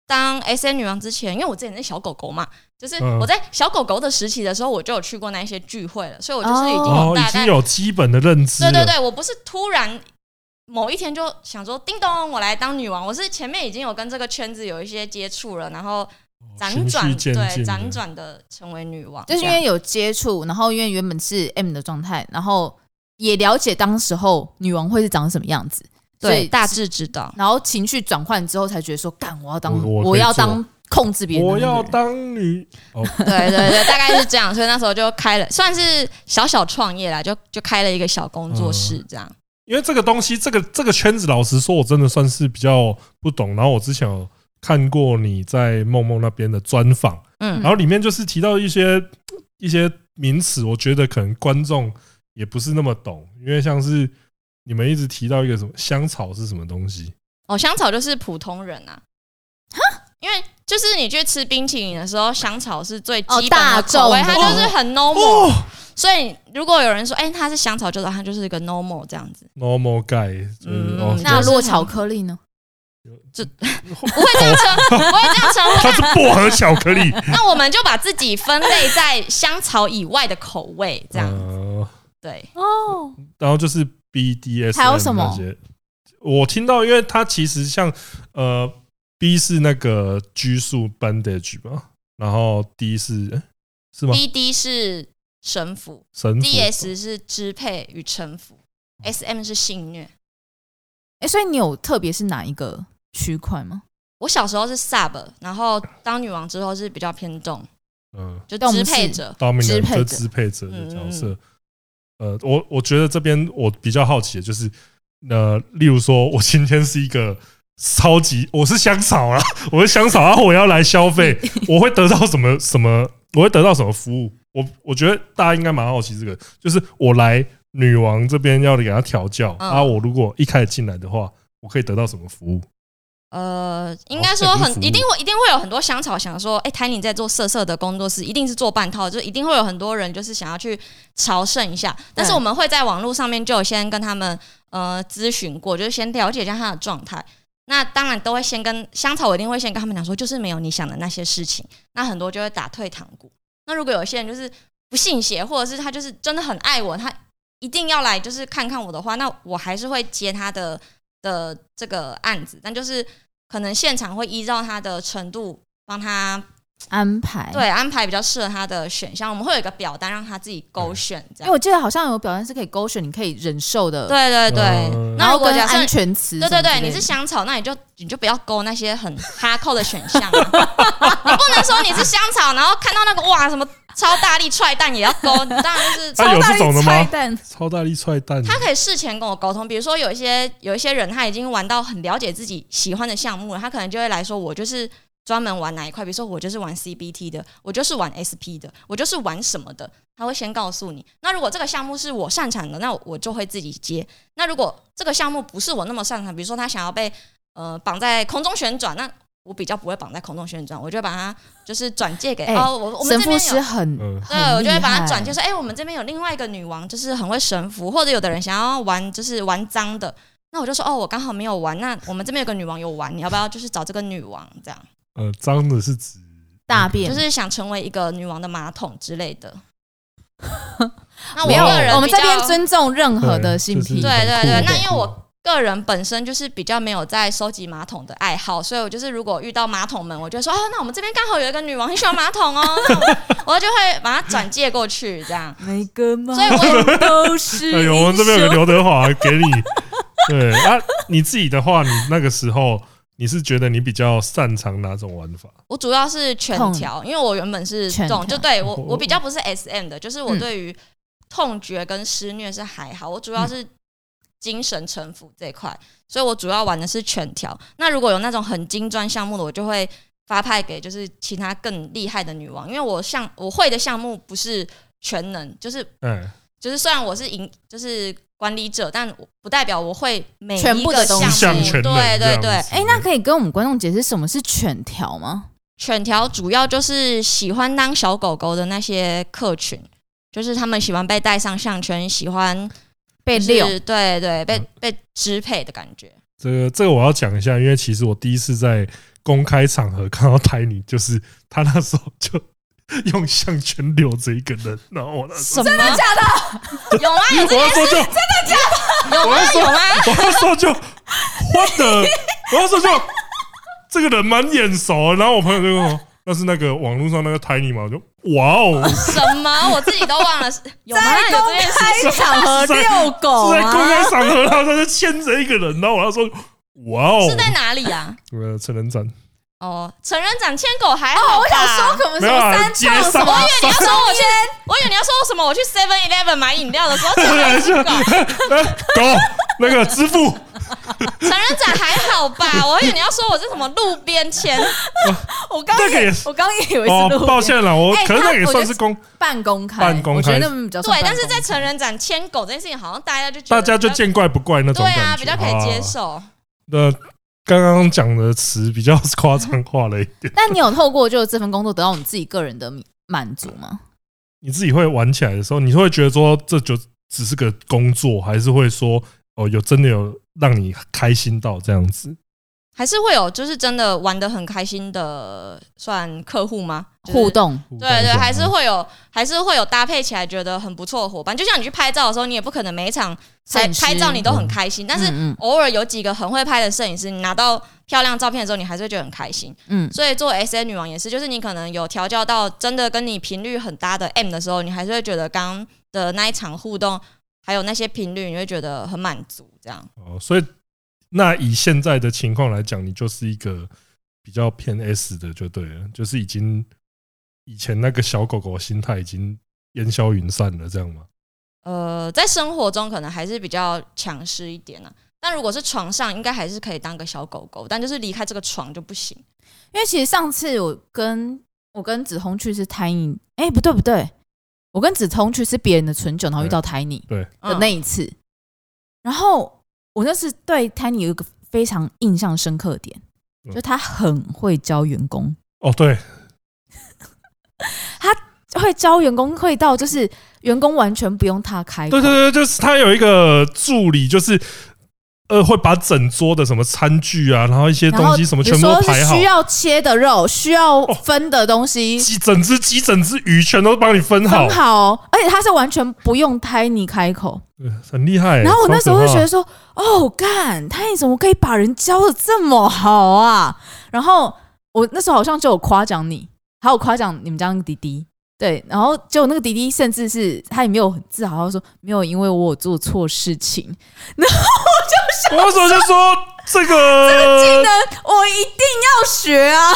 当 S N 女王之前，因为我之前是小狗狗嘛，就是嗯我在小狗狗的时期的时候，我就有去过那一些聚会了，所以我就是已经哦有，已大经概、有基本的认知了。对对对，我不是突然某一天就想说叮咚，我来当女王，我是前面已经有跟这个圈子有一些接触了，然后哦循辗序转渐对进的辗转的成为女王，就是因为有接触，然后因为原本是 M 的状态，然后也了解当时候女王会是长什么样子，这所样以对大致知道。然后情绪转换之后才觉得说，干，我要当，我我我可以要做当控制别人的我那个人，要当女哦，对对对，大概是这样，所以那时候就开了，算是小小创业啦，就就开了一个小工作嗯室这样。因为这个东西，这个这个圈子，老实说，我真的算是比较不懂。然后我之前有看过你在梦梦那边的专访，嗯然后里面就是提到一些一些名词，我觉得可能观众也不是那么懂，因为像是你们一直提到一个什么香草是什么东西，哦，香草就是普通人啊，因为就是你去吃冰淇淋的时候，香草是最哦基本的口大众味，它的就是很 normal，、哦，所以如果有人说，哎、他是香草酒厂，他就是一个 normal 这样子， normal guy，就是嗯哦，那那如果巧克力呢？ 不会这样称，不会这样称呼。它是薄荷巧克力， 那我们就把自己分类在香草以外的口味， 这样、呃对。哦，然后就是 BDS，还有什么那些？我听到，因为它其实像呃，B 是那个拘束 bandage 吧，然后 D 是诶是吗？ D D 是神父神，D 父 S 是支配与臣服，S M 是性虐。哎、所以你有特别是哪一个区块吗？我小时候是 sub，然后当女王之后是比较偏重，嗯就但我支们配是者。支 dominant 配就者支配者的角色嗯。呃，我我觉得这边我比较好奇的就是，呃，例如说我今天是一个超级，我是香草啊，我是香草，然后我要来消费， 我会得到什么什么？我会得到什么服务？我我觉得大家应该蛮好奇这个，就是我来女王这边要给她调教，嗯啊，我如果一开始进来的话，我可以得到什么服务？呃，应哦该这说不是很服一定务会一定会有很多香草想说，哎、台你在做色色的工作室，一定是做半套，就一定会有很多人就是想要去朝圣一下。但是对我们会在网络上面就有先跟他们呃咨询过，就是先了解一下他的状态。那当然都会先跟香草，我一定会先跟他们讲说，就是没有你想的那些事情。那很多就会打退堂鼓。那如果有些人就是不信邪，或者是他就是真的很爱我，他一定要来就是看看我的话，那我还是会接他的的这个案子，但就是可能现场会依照他的程度帮他安排对啊安排比较适合他的选项，我们会有一个表单让他自己勾选这因样为。我记得好像有表单是可以勾选你可以忍受的，，对对对嗯，那然如后果跟假设安全词什对么之对类的，对，你是香草，那你就你就不要勾那些很哈扣的选项、啊，你不能说你是香草，然后看到那个哇什么超大力踹蛋也要勾，当然就是啊有这种的吗超大力菜 蛋超大力踹蛋，他可以事前跟我沟通，比如说有一些有一些人他已经玩到很了解自己喜欢的项目了，他可能就会来说，我就是专门玩哪一块，比如说我就是玩 CBT 的，我就是玩 SP 的，我就是玩什么的，他会先告诉你。那如果这个项目是我擅长的，那我就会自己接。那如果这个项目不是我那么擅长，比如说他想要被呃绑在空中旋转，那我比较不会绑在空中旋转，我就会把它就是转借给、哎哦，我我们神这父边有师很，嗯对，很我就会把它厉害转介说，哎、我们这边有另外一个女王，就是很会神符，或者有的人想要玩就是玩脏的，那我就说，哦，我刚好没有玩，那我们这边有个女王有玩，你要不要就是找这个女王这样，呃，脏的是指大便，就是想成为一个女王的马桶之类 的。那我没有，个人我们比较这边尊重任何的对性就是癖，对对很酷对很那因为酷我个人本身就是比较没有在收集马桶的爱好，所以我就是如果遇到马桶们，我就会说，哦，那我们这边刚好有一个女王很喜欢马桶哦，那 我我就会把它转借过去这样。每个嘛所以我都 是哎呦，我们这边有个刘德华给你。 对啊，你自己的话，你那个时候你是觉得你比较擅长哪种玩法？我主要是拳条，因为我原本是拳条重，就对我哦我比较不是 S M 的，就是我嗯对于痛觉跟施虐是还好，我主要是精神臣服这一块，所以我主要玩的是拳条。那如果有那种很精专项目的，我就会发派给就是其他更厉害的女王，因为我项我会的项目不是全能，就是嗯，就是虽然我是赢，就是管理者，但我不代表我会每一全部个的项东一西项目，全能对这样对子。对，哎、那可以跟我们观众解释什么是犬条吗？犬条主要就是喜欢当小狗狗的那些客群，就是他们喜欢被带上项圈，喜欢被就是遛，对对，被嗯被支配的感觉。这个这个我要讲一下，因为其实我第一次在公开场合看到台女，就是她那时候就用项圈溜着一个人，然后我那时候。什么？真的假的？有吗？有我要说就真的假的？我要说有吗？我要说就 what the，我要说就这个人蛮眼熟的，然后我朋友就跟我说那是那个网络上那个 Tiny 嘛，我就哇哦，什么？我自己都忘了。有吗？在有公哎这件开事？场合遛狗是在公开啊？场合，然后他就牵着一个人，然后我要说哇哦，是在哪里啊？呃成人展哦，成人展牵狗还哦好吧。我想说，可能没什有么啊，三街创什上么？你要说我去，我以为你要说什么？我去 Seven Eleven 买饮料的时候 牵了一只狗。呃狗那个支付，成人展还好吧？我以为你要说我是什么路边牵。我刚那个也也是，我刚也以为哦是路，边、抱歉了，我哎可是他那个也我算觉是得公，半公开，半公开我觉得那比较算对，但半公是开在成人展牵狗这件事情，好像大家就觉大得家就比较见怪不怪那种对感觉，啊，比较可以接啊。受。那刚刚讲的词比较夸张化了一点，但你有透过就是这份工作得到你自己个人的满足吗？你自己会玩起来的时候，你会觉得说这就只是个工作，还是会说哦，有真的有让你开心到这样子？还是会有就是真的玩的很开心的，算客户吗？就是互动，对对，还是会有，还是会有搭配起来觉得很不错的伙伴。就像你去拍照的时候，你也不可能每一场摄拍影师拍照你都很开心，但是嗯偶尔有几个很会拍的摄影师，你拿到漂亮照片的时候，你还是会觉得很开心。嗯所以做 S N 女王也是，就是你可能有调教到真的跟你频率很搭的 M 的时候，你还是会觉得刚刚的那一场互动，还有那些频率，你会觉得很满足。这样哦，所以那以现在的情况来讲，你就是一个比较偏 S 的，就对了，就是已经以前那个小狗狗心态已经烟消云散了，这样吗？呃，在生活中可能还是比较强势一点啊。但如果是床上，应该还是可以当个小狗狗，但就是离开这个床就不行。因为其实上次我跟我跟子红去是 Tiny，哎、不对不对，我跟子通去是别人的存酒，然后遇到 Tiny 对，的嗯那一次，然后我那次对 Tiny 有一个非常印象深刻的点，嗯就他很会教员工，哦，对，会教员工会到就是员工完全不用他开口，对对对，就是他有一个助理，就是呃，会把整桌的什么餐具啊，然后一些然后东西什么你全部都说排是好需，要切的肉，需要哦分的东西。鸡整只鸡整只鱼全都帮你分好分，好哦，而且他是完全不用 Tiny 开口，呃很厉害欸。然后我那时候超就可怕觉得说，哦，干，他你怎么可以把人教的这么好啊？然后我那时候好像就有夸奖你，还有夸奖你们家那个弟弟，对，然后结果那个弟弟甚至是他也没有很自豪，他说没有，因为我有做错事情，我那时候就说这技个能我一定要学啊，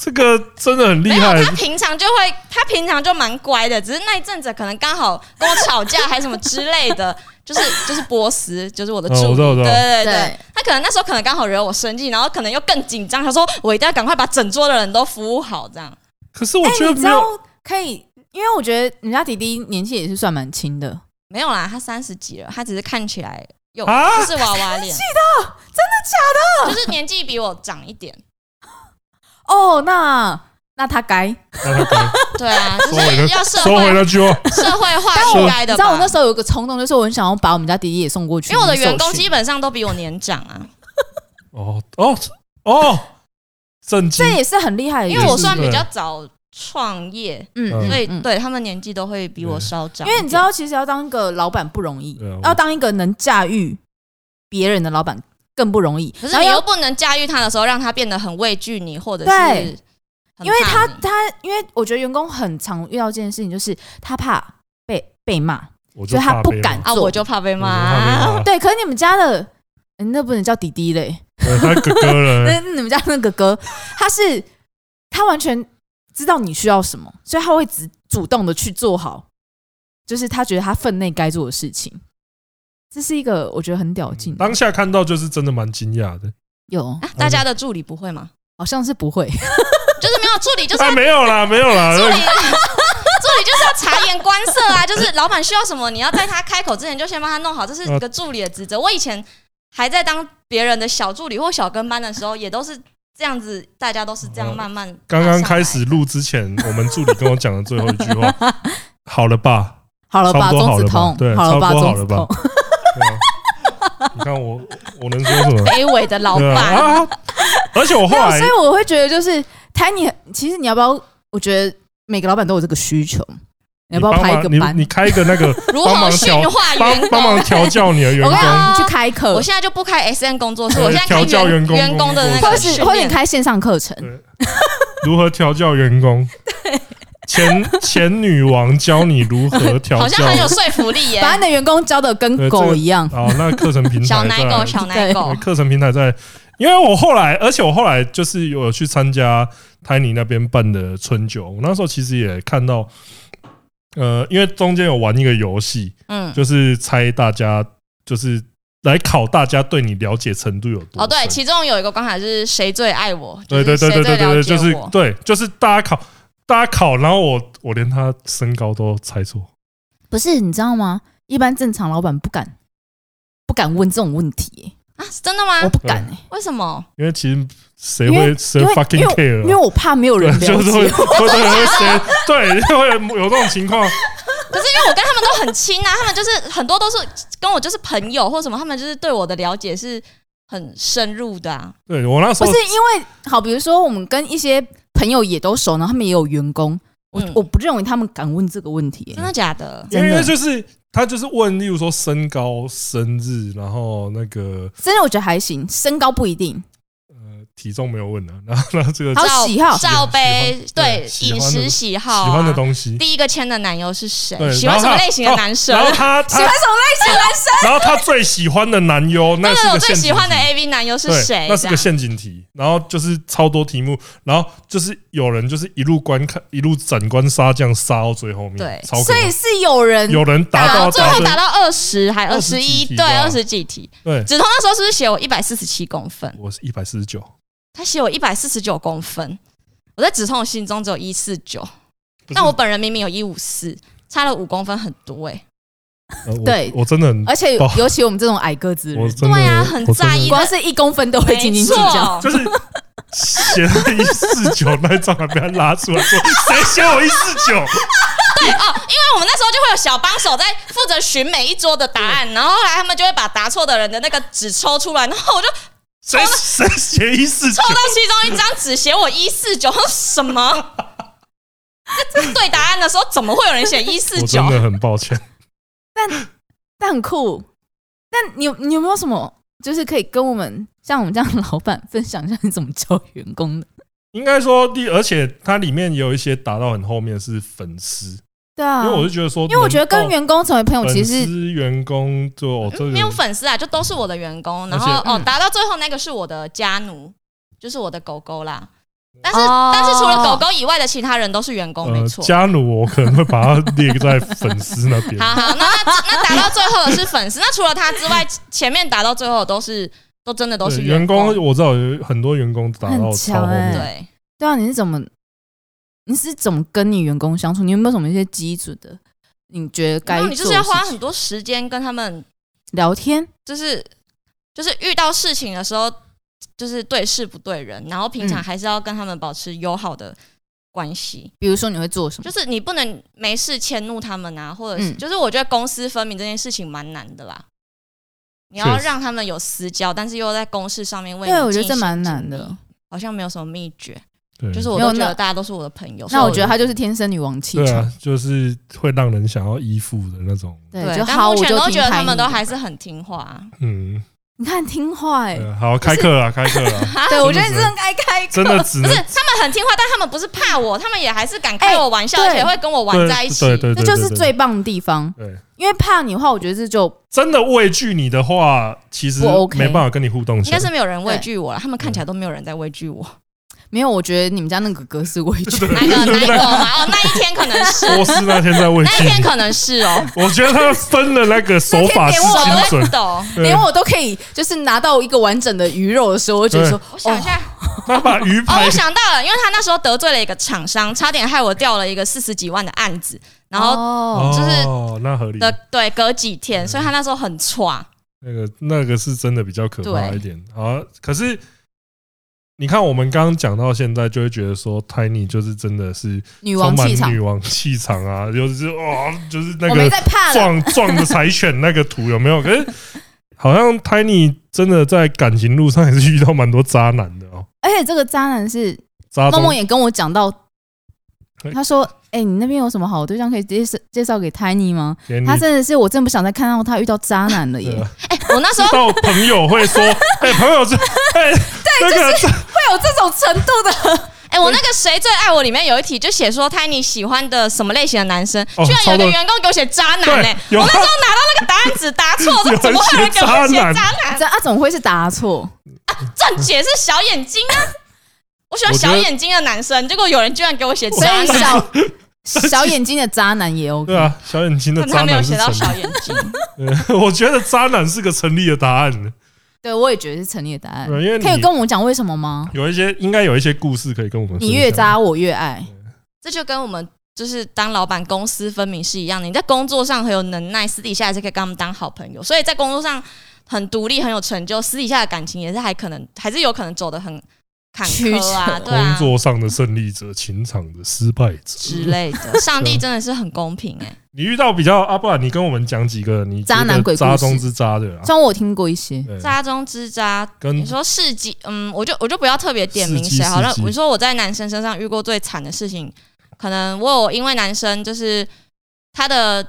这个真的很厉没有，害，他平常就会，他平常就蛮乖的，只是那一阵子可能刚好跟我吵架还是什么之类的， 就是就是波斯，就是我的哦助我理，知道我知对道对对对他可能那时候可能刚好惹我生气，然后可能又更紧张，他说我一定要赶快把整桌的人都服务好，这样。可是我觉得哎你知没道有，可以，因为我觉得人家弟弟年纪也是算蛮轻的，没有啦，他三十几了，他只是看起来有、啊就是娃娃脸，真就是年纪比我长一点。的假的？哦，那那他该。那他 对啊，就收回是那要社收回会那句话，社会化但我应该你的知道我吧那？时候有一个冲动，就是我很想要把我们家弟弟也送过去，因为我的员工受训基本上都比我年长啊，哦哦哦，震惊这！也是很厉害的一因件为事，我算比较早创业，嗯嗯所以啊嗯对他们年纪都会比我稍长一因点。为你知道，其实要当一个老板不容易对啊，我要当一个能驾驭别人的老板更不容易。可然是后你要又不能驾驭他的时候，让他变得很畏惧你，或者是对很怕你因为他他，因为我觉得员工很常遇到这件事情，就是他怕被被骂，我所以他怕不被敢啊，做我就怕被骂我骂。就怕被骂对，可是你们家的，欸那不能叫弟弟嘞，对 他哥哥了，那你们家那个哥，他是他完全知道你需要什么，所以他会只主动的去做好，就是他觉得他分内该做的事情。这是一个我觉得很屌劲的，当下看到就是真的蛮惊讶的。有啊大家的助理不会吗？好像是不会， 就是没有助理，就是哎，要没有啦，没有啦，助理，那 助理就是要察言观色啊，就是老板需要什么，你要在他开口之前就先帮他弄好，这是一个助理的职责。我以前还在当别人的小助理或小跟班的时候，也都是这样子，大家都是这样哦嗯慢慢刚爬刚上开来始录之前，我们助理跟我讲的最后一句 话，好了吧？好了吧，差不多钟好了子吧通，对好了吧，差不多钟好子了吧通， 对啊你看我，我能说什么？卑微的老对板。啊，啊而且我啊后没有，来所以我会觉得就是台你，其实你要不要？我觉得每个老板都有这个需求，你要不要帮拍一忙个你班？你开一个那 个如帮何忙驯调化员帮工？帮忙调教你的员我跟你工，讲，你去开课，我现在就不开 S N 工作室，对我现在调教开员员工工的那或个者是训或者你练。开线上课程，如何调教员工？前前女王教你如何调 好像教。很有说服力耶、把你的员工教的跟对这狗个一样。哦，那课程平台小奶狗，在小奶狗 对，课程平台在，因为我后来，而且我后来就是有去参加泰尼那边办的春酒，我那时候其实也看到，呃，因为中间有玩一个游戏，嗯，就是猜大家，就是来考大家对你了解程度有多哦，对，深其中有一个关卡是谁最爱我，对对对对对对对，就就是是谁最了解我对，就是大家考，大家考，然后我我连他身高都猜错，不是，你知道吗？一般正常老板不敢不敢问这种问题、啊，真的吗我？不敢、欸，为什么？因为其实谁因为会谁因为 fucking 因为 care？啊我怕 没有人对了就是会，解。会真的会谁对， 就会有有这种情况。可是因为我跟他们都很亲啊，他们就是很多都是跟我就是朋友或什么，他们就是对我的了解是很深入的啊。对我那时不候是因为好，比如说我们跟一些朋友也都熟，然后他们也有员工，我、嗯我不认为他们敢问这个问题、欸真的假的？因为真的就是他就是问，例如说身高、生日，然后那个真的我觉得还行，身高不一定，呃体重没有问啊，然 后然后这个好喜罩喜好罩杯喜欢，对对喜欢饮的食喜好啊，欢的东西，第一个签的男友是谁？对，喜欢然后他哦什么类型的男生然？ 后他喜欢他，什么类型的男生？然后他最喜欢的男优，那那是个我个最陷阱喜欢的题 A V 男优是对谁？那是这个样陷阱题，然后就是超多题目，然后就是有人就是一路观看，一路斩关杀将杀到最后面，对超可所以是有人怕有人达然到后啊最后对达到二十还二十20一几，题对，吧二十几题。对，梓潼那时候是不是写我一百四十七公分？我是一百四十九，他写我一百四十九公分，我在梓潼的心中只有一四九，不是但我本人明明有一五四，差了五公分很多哎、呃我对我真的很而且哦尤其我们这种矮个子的我人，真的对啊很我真的在意光是一公分都会斤斤计较。没就错，是写了一四九那一张还被他拉出来说，谁写我一四九？那啊我们那时候就会有小帮手在负责寻每一桌的答案，然后后来他们就会把答错的人的那个纸抽出来，然后我就谁谁写一四九抽？到其中一张纸，写我一四九，什么？这这对答案的时候，怎么会有人写一四我九真？的很抱歉，但很酷。但你有你有没有什么，就是可以跟我们像我们这样的老板分享一下你怎么教员工的？应该说第，而且它里面有一些打到很后面是粉丝，对啊因为我是觉得说，因为我觉得跟员工成为朋友能够其粉实丝员工就哦这个没有粉丝啊，就都是我的员工。然后而且哦，答到最后那个是我的家奴，就是我的狗狗啦。但是、哦但是除了狗狗以外的其他人都是员工，呃没错。家奴，我可能会把它列在粉丝那 边。好好，那那那打到最后的是粉丝，那除了他 之外，前面打到最后的都是都真的都是对员工。我知道有很多员工打到很超强后欸面，对，对啊，你是怎么你是怎么跟你员工相处？你有没有什么一些基准的？你觉得该然后做你就是要花的事很情多时间跟他们聊天，就是就是遇到事情的时候，就是对事不对人，然后平常嗯还是要跟他们保持友好的关系，比如说你会做什么？就是你不能没事迁怒他们啊，或者是、嗯就是我觉得公私分明这件事情蛮难的啦。你要确实让他们有私交，但是又在公事上面为你对，我觉得尽这蛮心尽难力的。。好像没有什么秘诀，对，就是我没有都觉那得大家都是我的朋友。那我所以觉得他就是天生女王气对场啊，，就是会让人想要依附的那种。对对，就但好，我目前就都听觉得开他们你都的还是很听话啊。嗯，你看听话哎、呃好，开课了，开课了，啊对我觉得真你的真的该开课，真的只不能是，他们很听话，但他们不是怕我，他们也还是敢开哎我玩笑，对而且会跟我 玩对在一起。对对这对，就是对最棒的地方。对。对因为怕你的话，我觉得这就真的畏惧你的话，其实不 OK 没办法跟你互动起应来。该是没有人畏惧我了，他们看起来都没有人在畏惧我。没有，我觉得你们家那个哥是畏惧，哪 一个哪一个嘛？哦，那一天可能是，波斯那天在畏 那惧一天你，可能是哦，我觉得他分了那个手法是手精在准。抖。对连我都可以，就是拿到一个完整的鱼肉的时候，我就觉得说，我想一哦，下，他把鱼哦，排我想到了，因为他那时候得罪了一个厂商，差点害我掉了一个四十几万的案子，然后后就是哦那合理，的对隔几天，所以他那时候很歘。那个那个是真的比较可怕对一点啊。可是你看，我们刚刚讲到现在，就会觉得说 Tiny 就是真的是女充王满气场女，王气场啊，就是哦，就是那我个没在怕了，撞撞的柴犬那个图有没有？可是好像 Tiny 真的在感情路上也是遇到蛮多渣男的哦。而且这个渣男是渣梦中梦也跟我讲到，嘿他说，哎，你那边有什么好对象可以介绍介绍给 Tiny 吗？给你他真的是我真不想再看到他遇到渣男 了耶，对会啊哎我那时知候道朋友会 说，哎，朋友这哎那个有这种程度的，哎、我那个谁最爱我里面有一题就写说，猜你喜欢的什么类型的男生？哦居然有超一个多员工给我写渣男呢、对，有啊我那时候拿到那个答案 纸答错，有这人怎么会有人给我写写渣男渣 男？这啊怎么会是答错？正解是小眼睛啊，我喜欢我觉得小眼睛的男生，结果有人居然给我 写所渣以男， 小小眼睛的渣男也 OK，对啊，小眼睛的但他渣没有男是写到成小眼睛。立的， 我觉得渣男是个成立的答案。对我也觉得是成立的答案。对因为你可以跟我们讲为什么吗？有一些应该有一些故事可以跟我们分享。你越渣我越爱，这就跟我们就是当老板公私分明是一样的。你在工作上很有能耐，私底下也是可以跟他们当好朋友，所以在工作上很独立、很有成就，私底下的感情也是还可能还是有可能走得很坎坷啊，曲折对啊工作上的胜利者，情场的失败之者。类 的。上帝真的是很公平哎、你遇到比较啊，不然你跟我们讲几个你渣男觉得鬼故事渣中之渣的啦。虽然我有听过一些，对渣中之渣，跟你说市集，嗯，我就我就不要特别点名市集谁好了市。集我说我在男生身上遇过最惨的事情，可能我有因为男生就是他的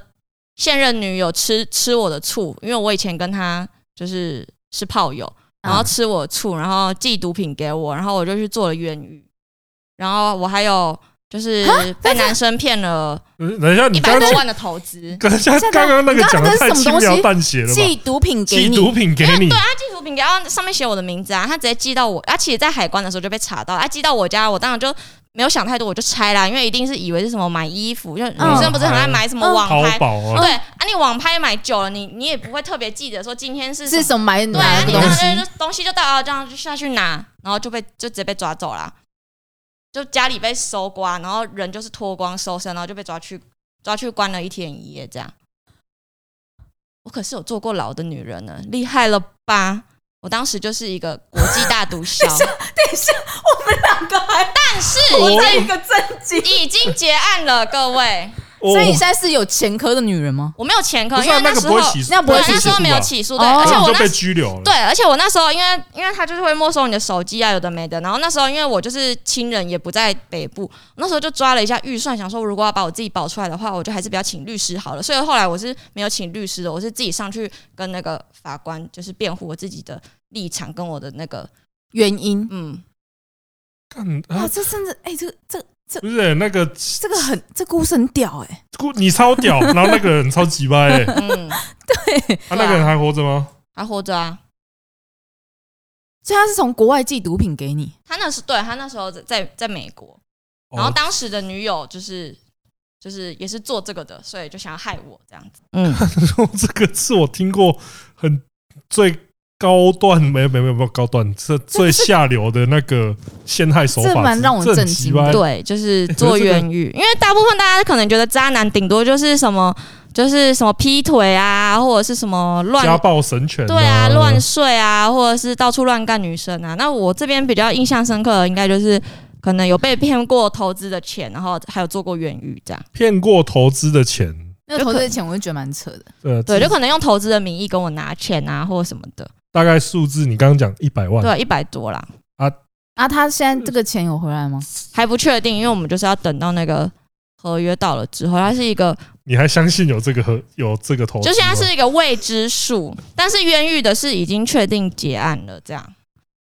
现任女友吃吃我的醋，因为我以前跟他就是是炮友，然后嗯吃我的醋，然后寄毒品给我，然后我就去做了冤狱，然后我还有就是被男生骗了呃等一下，一你百刚多刚万的投资。刚刚刚刚那个讲的太轻描淡写了吧？寄毒品给寄你，毒品给你，他寄毒品给他，上面写我的名字啊，他直接寄到我，而、啊、且在海关的时候就被查到，他、啊、寄到我家，我当然就没有想太多，我就拆啦，因为一定是以为是什么买衣服，就女生不是很爱买什么嗯网淘拍，宝啊，对啊，你网拍买久了，你你也不会特别记得说今天是什是么什么买对哪，啊个你东当西？然就东西就到了，这样就下去拿，然后就被就直接被抓走了，就家里被搜刮，然后人就是脱光搜身，然后就被抓去抓去关了一天一夜这样。我可是有坐过牢的女人呢，厉害了吧？我当时就是一个国际大 毒枭，等一下，我们两个还但是我在一个震惊。已经结案了，各位，我所以你现在是有前科的女人吗？我没有前科，不是因啊为那个时不候会起诉，那不会对起那诉时候没有吧起诉，对，哦而且那你我就那被拘留了。对，而且我那时候因为因为他就是会没收你的手机啊，有的没的。然后那时候因为我就是亲人也不在北部，那时候就抓了一下预算，想说如果要把我自己保出来的话，我就还是不要请律师好了。所以后来我是没有请律师的，我是自己上去跟那个法官就是辩护我自己的立场跟我的那个原因嗯，干哇，啊，这甚至哎、这个这个这不是那个这个很这故事很屌哎、你超屌，然后那个人超级掰欸， 啊，嗯，那个人还活着吗？还活着啊。所以他是从国外寄毒品给你，他那时对他那时候在在在美国，然后哦，当时的女友就是就是也是做这个的，所以就想要害我这样子。嗯， 这个是我听过很最高段，没有没有没有没有高段，这最下流的那个陷害手法之，这蛮让我这很震奇惊掰的对，就是做可是这个冤狱，因为大部分大家可能觉得渣男顶多就是什么，就是什么劈腿啊，或者是什么家乱。暴神犬、对啊，乱睡啊，或者是到处乱干女生啊。那我这边比较印象深刻的，应该就是可能有被骗过投资的钱，然后还有做过冤狱这样。骗过投资的钱，那个投资的钱我就觉得蛮扯的。呃，对，就可能用投资的名义跟我拿钱啊，或者什么的。大概数字，你刚刚讲一百万，对，一百多啦，啊，他现在这个钱有回来吗？还不确定，因为我们就是要等到那个合约到了之后，它是一个你还相信有这个和有这个投资吗？就现在是一个未知数，但是冤狱的是已经确定结案了，这样。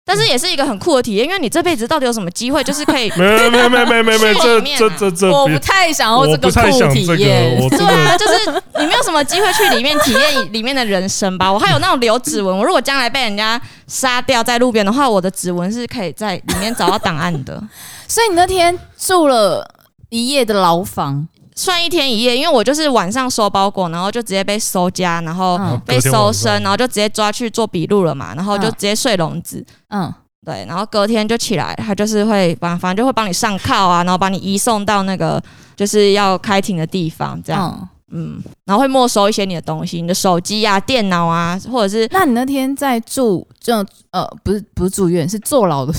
但是也是一个很酷的体验，因为你这辈子到底有什么机会，就是可以没有没有没有没有没有没有，去 这里面啊这这这我别不太想要我这不个太想酷体这验个，。我真 对的啊，就是你没有什么机会去里面体验里面的人生吧。我还有那种留指纹，我如果将来被人家杀掉在路边的话，我的指纹是可以在里面找到档案的，所以你那天住了一夜的牢房，算一天一夜。因为我就是晚上收包裹，然后就直接被收家，然后嗯被搜身，然啊，后就直接抓去做笔录了嘛，然后就嗯直接睡笼子。嗯，对，然后隔天就起来，他就是会把，反正就会帮你上铐啊，然后把你移送到那个就是要开庭的地方，这样，嗯嗯然后会没收一些你的东西，你的手机啊、电脑啊，或者是那你那天在住这种呃，不是不是住院，是坐牢的。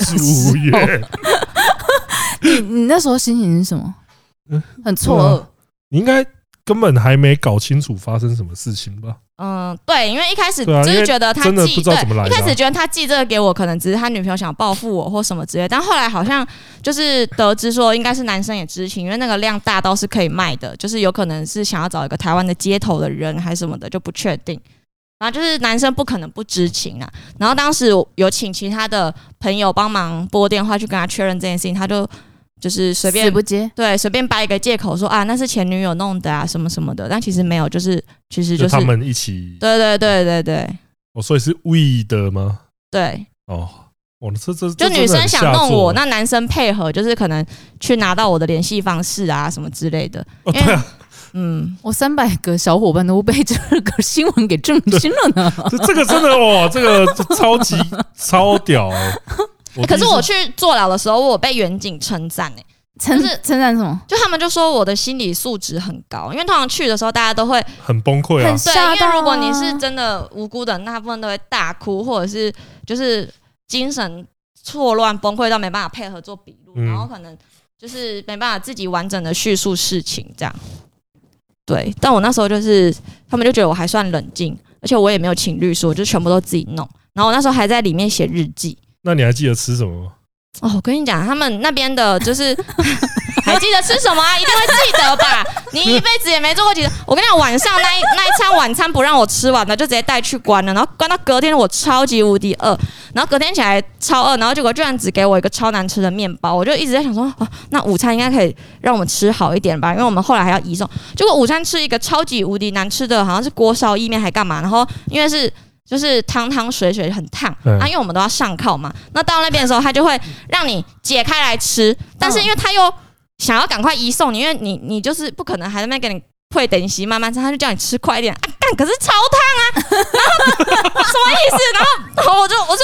住 院。你你那时候心情是什么嗯？很错对愕啊。你应该根本还没搞清楚发生什么事情吧？嗯，对，因为一开始对啊就因是为觉得他真的寄，不知道怎么来对，一的啊开始觉得他寄这个给我，可能只是他女朋友想报复我或什么之类，但后来好像就是得知说，应该是男生也知情，因为那个量大到是可以卖的，就是有可能是想要找一个台湾的街头的人还是什么的，就不确定。然后就是男生不可能不知情啊，然后当时我有请其他的朋友帮忙拨电话去跟他确认这件事情，他就就是随便死不接，对随便掰一个借口说啊那是前女友弄的啊什么什么的，但其实没有，就是其实就就是他们一起，对对对对对哦，所以是为的吗？对，哦，哇，这这就这女真的生很想下弄作欸我，那男生配合，就是可能去拿到我的联系方式啊什么之类的。哦因对为啊，嗯，我三百个小伙伴都被这个新闻给震惊了 呢。这这个真的哇，这个超级超屌欸。可是第一我次去坐牢的时候，我被远景称赞哎，称就是称赞什么？就他们就说我的心理素质很高，因为通常去的时候大家都会很崩溃啊很！对，吓因为到如果你啊是真的无辜的，那大部分都会大哭，或者是就是精神错乱崩溃到没办法配合做笔录，嗯然后可能就是没办法自己完整的叙述事情这样。对，但我那时候就是他们就觉得我还算冷静，而且我也没有请律师，我就全部都自己弄。然后我那时候还在里面写日记。那你还记得吃什 么吗？哦，我跟你讲，他们那边的就是 还记得吃什么啊？一定会记得吧？你一辈子也没做过几次。我跟你讲，晚上那一那一餐晚餐不让我吃完的，就直接带去关了。然后关到隔天，我超级无敌饿。然后隔天起来超饿，然后结果居然只给我一个超难吃的面包。我就一直在想说，啊、那午餐应该可以让我们吃好一点吧？因为我们后来还要移送。结果午餐吃一个超级无敌难吃的，好像是锅烧意面还干嘛？然后因为是。就是汤汤水水很烫、嗯啊，因为我们都要上铐嘛。那到那边的时候，他就会让你解开来吃，但是因为他又想要赶快移送你，因为你你就是不可能还在那边给你退等席慢慢吃，他就叫你吃快一点啊，干可是超烫啊，然后什么意思？然后然后我就我就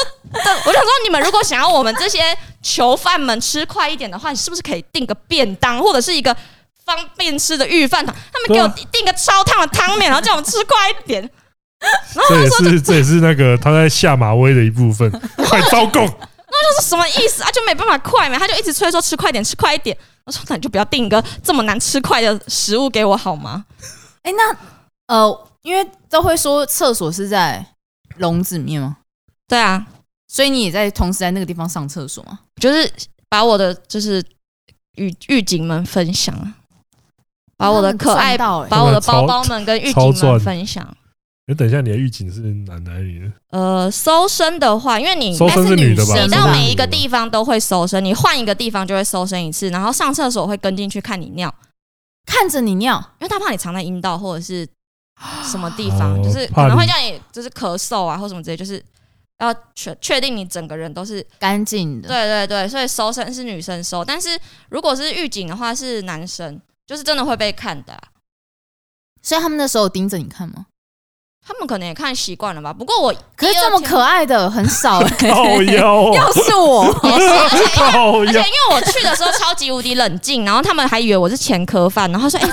我想说，你们如果想要我们这些囚犯们吃快一点的话，你是不是可以订个便当或者是一个方便吃的预饭团？他们给我订个超烫的汤面，然后叫我们吃快一点。这也是这也是那 个他在下马威的一部分，快招供！这是什么意思啊？就没办法快嘛，他就一直催说吃快点，吃快一点。我说那你就不要订一个这么难吃快的食物给我好吗？哎、那呃，因为都会说厕所是在笼子里面吗？对啊，所以你也在同时在那个地方上厕所吗？就是把我的就是狱狱警们分享，啊把我的可爱，到、欸，把我的包包们跟狱超警赚们分享。你哎等一下，你的狱警是男的还是女 的？呃，搜身的话，因为你搜身是女的吧？那是你女生到吧每一个地方都会搜身，你换一个地方就会搜身一次，然后上厕所会跟进去看你尿，看着你尿，因为他怕你藏在阴道或 者是什么地方，哦就是怕可能会你叫你就是咳嗽啊或什么之类，就是要确确定你整个人都是干净的。对对对，所以搜身是女生搜，但是如果是预警的话是男生，就是真的会被看的啊、所以他们那时候有盯着你看吗？他们可能也看习惯了吧。不过我可是这么可爱的很少、欸，靠腰啊，要是我，也 是，而且 靠而且因腰！为我去的时候超级无敌冷静，然后他们还以为我是前科犯，然后说：“哎、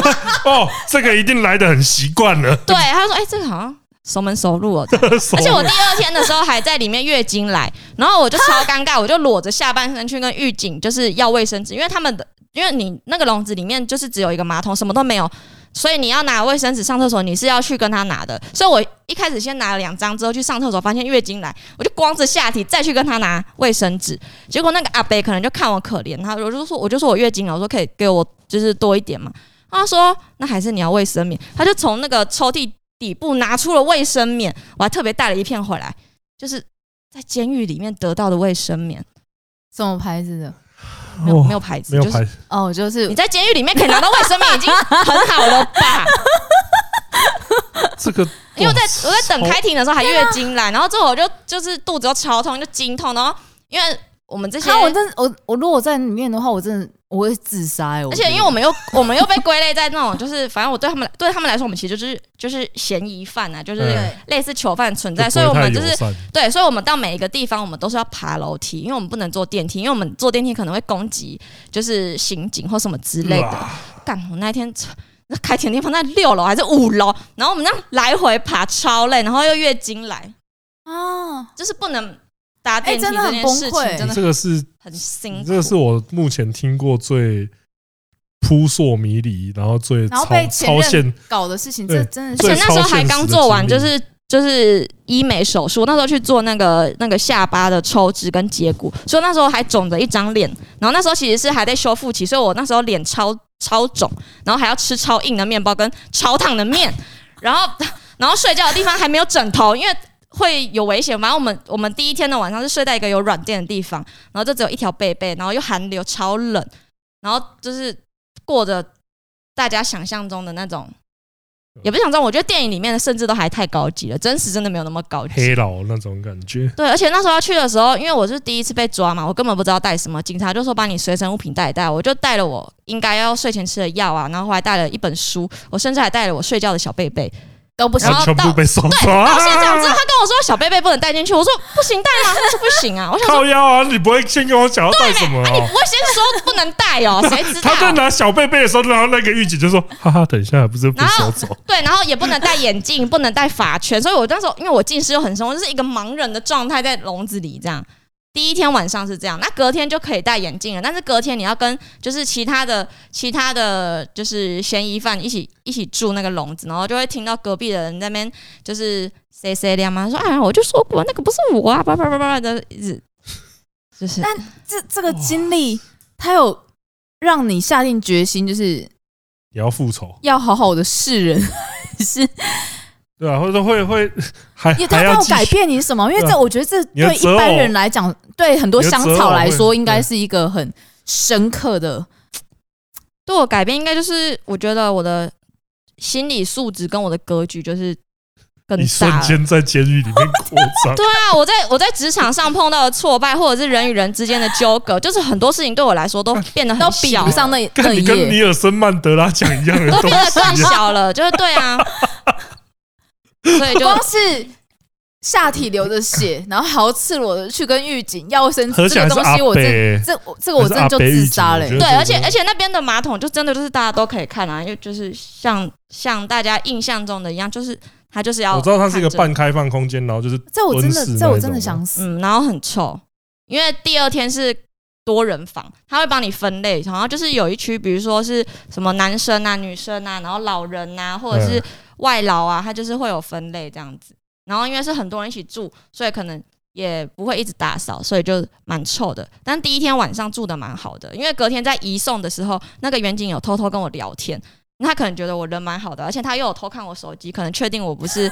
个，哦，这个一定来的很习惯了对。”他说：“哎、这个好像熟门熟路哦。这样”而而且我第二天的时候还在里面月经来，然后我就超尴尬，我就裸着下半身去跟狱警就是要卫生纸，因为他们的因为你那个笼子里面就是只有一个马桶，什么都没有。所以你要拿卫生纸上厕所，你是要去跟他拿的。所以我一开始先拿了两张，之后去上厕所，发现月经来，我就光着下体再去跟他拿卫生纸。结果那个阿伯可能就看我可怜，他我就说我就说我月经了，我说可以给我就是多一点嘛。他说那还是你要卫生棉，他就从那个抽屉底部拿出了卫生棉，我还特别带了一片回来，就是在监狱里面得到的卫生棉，什么牌子的？没有、哦没有牌子，没有就是排，哦，就是你在监狱里面可以拿到卫生棉已经很好了吧？这个因为我在哇我在等开庭的时候还月经来，然后之后我就就是肚子又超痛，就经痛，然后因为我们这些，看我真的我我如果在里面的话，我真的我会自杀、欸。而且因为我们又我们又被归类在那种就是反正我对他们来对他们来说，我们其实就是就是嫌疑犯啊，就是嗯类似囚犯存就在，不所以我会太们就友是善对，所以我们到每一个地方，我们都是要爬楼梯，因为我们不能坐电梯，因为我们坐电梯可能会攻击就是刑警或什么之类的。哇干，我那一天 那开庭地方在六楼还是五楼，然后我们这样来回爬超累，然后又月经来，啊，就是不能搭电哎梯真的这很件崩事情溃真的这个是很辛苦。这个是我目前听过最扑朔迷离，然后最然后超被前超任限搞的事情，对这真的而最且是那时候超现还实刚的做完，经就历是就是医美手术，那时候去做那个那个下巴的抽脂跟截骨，所以那时候还肿着一张脸，然后那时候其实是还在修复期，所以我那时候脸超超肿，然后还要吃超硬的面包跟超烫的面，然后然后睡觉的地方还没有枕头，因为。会有危险，反正我们我们第一天的晚上是睡在一个有软垫的地方，然后就只有一条被被，然后又寒流，超冷，然后就是过着大家想象中的那种，也不是想象，我觉得电影里面的甚至都还太高级了，真实真的没有那么高级。黑佬那种感觉，对，而且那时候要去的时候，因为我是第一次被抓嘛，我根本不知道带什么，警察就说把你随身物品带一带，我就带了啊我应该要睡前吃的药啊，然后还带了一本书，我甚至还带了我睡觉的小被被都不行然。后全部到被搜走到现场之后，啊！他跟我说小贝贝不能带进去，我说不行带吗？他说不行啊，我想说靠腰啊！你不会先跟我讲要带什么啊，你不哦？会先说不能带哦，谁知道他？在拿小贝贝的时候，然后那个狱警就说：“哈哈，等一下，不是被然收后走。对，然后也不能戴眼镜，不能戴发圈，所以我那时候因为我近视又很深，我就是一个盲人的状态在笼子里这样。第一天晚上是这样，那隔天就可以戴眼镜了。但是隔天你要跟就是其他的其他的就是嫌疑犯一起一起住那个笼子，然后就会听到隔壁的人在那边就是谁谁的嘛，说哎呀，我就说过那个不是我啊，叭叭叭叭的，一直就是那这这个经历，他有让你下定决心，就是 你要复仇，要好好的示人， 是对啊，或者说会会还还也他没要有继续改变你什么？因为对啊这我觉得这你的对一择般偶人来讲，对很多你的香择草偶来会说，应该对是一个很深刻的。对我改变应该就是我觉得我的心理素质跟我的格局就是更你大瞬了。间在监狱里面扩张。对啊，我在我在职场上碰到的挫败，或者是人与人之间的纠葛，就是很多事情对我来说都变得都很比小不了，上那那看你一跟页。尼尔森曼德拉讲一样的都东变得更西，小了，就是 对啊，所以就光是下体流着血，然后还要赤裸的去跟狱警要生合纸，起啊来是这个东阿西我真北。这我这个我真的就自杀了、还是阿北狱警我觉得对，而且这个而且那边的马桶就真的就是大家都可以看啊，因为就是像像大家印象中的一样，就是它就是要我知道它是一个看着半开放空间，然后就是这我真温室的那这我一真的种想死。嗯，然后很臭，因为第二天是多人房，他会帮你分类，然后就是有一区，比如说是什么男生啊、女生啊，然后老人啊，或者是外劳啊，他就是会有分类这样子。然后因为是很多人一起住，所以可能也不会一直打扫，所以就蛮臭的。但第一天晚上住的蛮好的，因为隔天在移送的时候，那个远景有偷偷跟我聊天。他可能觉得我人蛮好的，而且他又有偷看我手机，可能确定我不是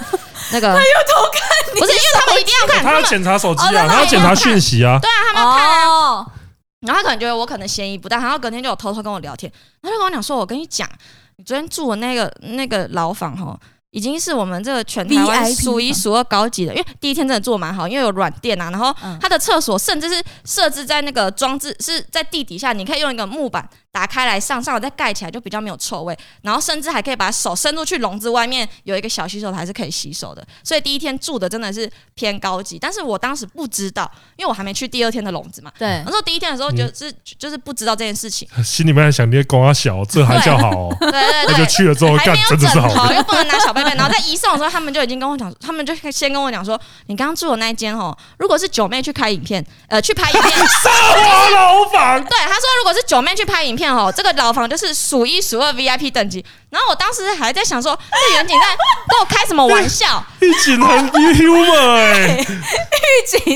那个。他又偷看，不是因为他们一定要哎看，他 他要们检查手机哦那啊，那他要检查也要看讯息啊，对啊，他们要看啊哦，然后他可能觉得我可能嫌疑不大，然后隔天就有偷偷跟我聊天，他就跟我讲说：“我跟你讲，你昨天住的那个那个牢房哈，已经是我们这个全台湾 VIP 数一数二高级的，因为第一天真的住的蛮好，因为有软垫啊，然后嗯它的厕所甚至是设置在那个装置是在地底下，你可以用一个木板打开来上上，再盖起来就比较没有臭味，然后甚至还可以把手伸出去笼子外面有一个小洗手台是可以洗手的，所以第一天住的真的是偏高级，但是我当时不知道，因为我还没去第二天的笼子嘛。” 对那，时候第一天的时嗯候就是、就是不知道这件事情，心里面还想你光啊小，这还叫好哦？对对那就对。去了之后还干没，有真的枕是好的。头，又不能拿小贝贝，然后在移送的时候，他们就已经跟我讲，他们就先跟我讲说，你刚刚住的那一间哦，如果是九妹去开影片，呃，去拍 影片，啊大牢房，对，他说如果是九妹去拍影片哦，这个牢房就是数一数二 VIP 等级。然后我当时还在想说，这远景在跟我开什么玩笑？狱警很 humor 哎，狱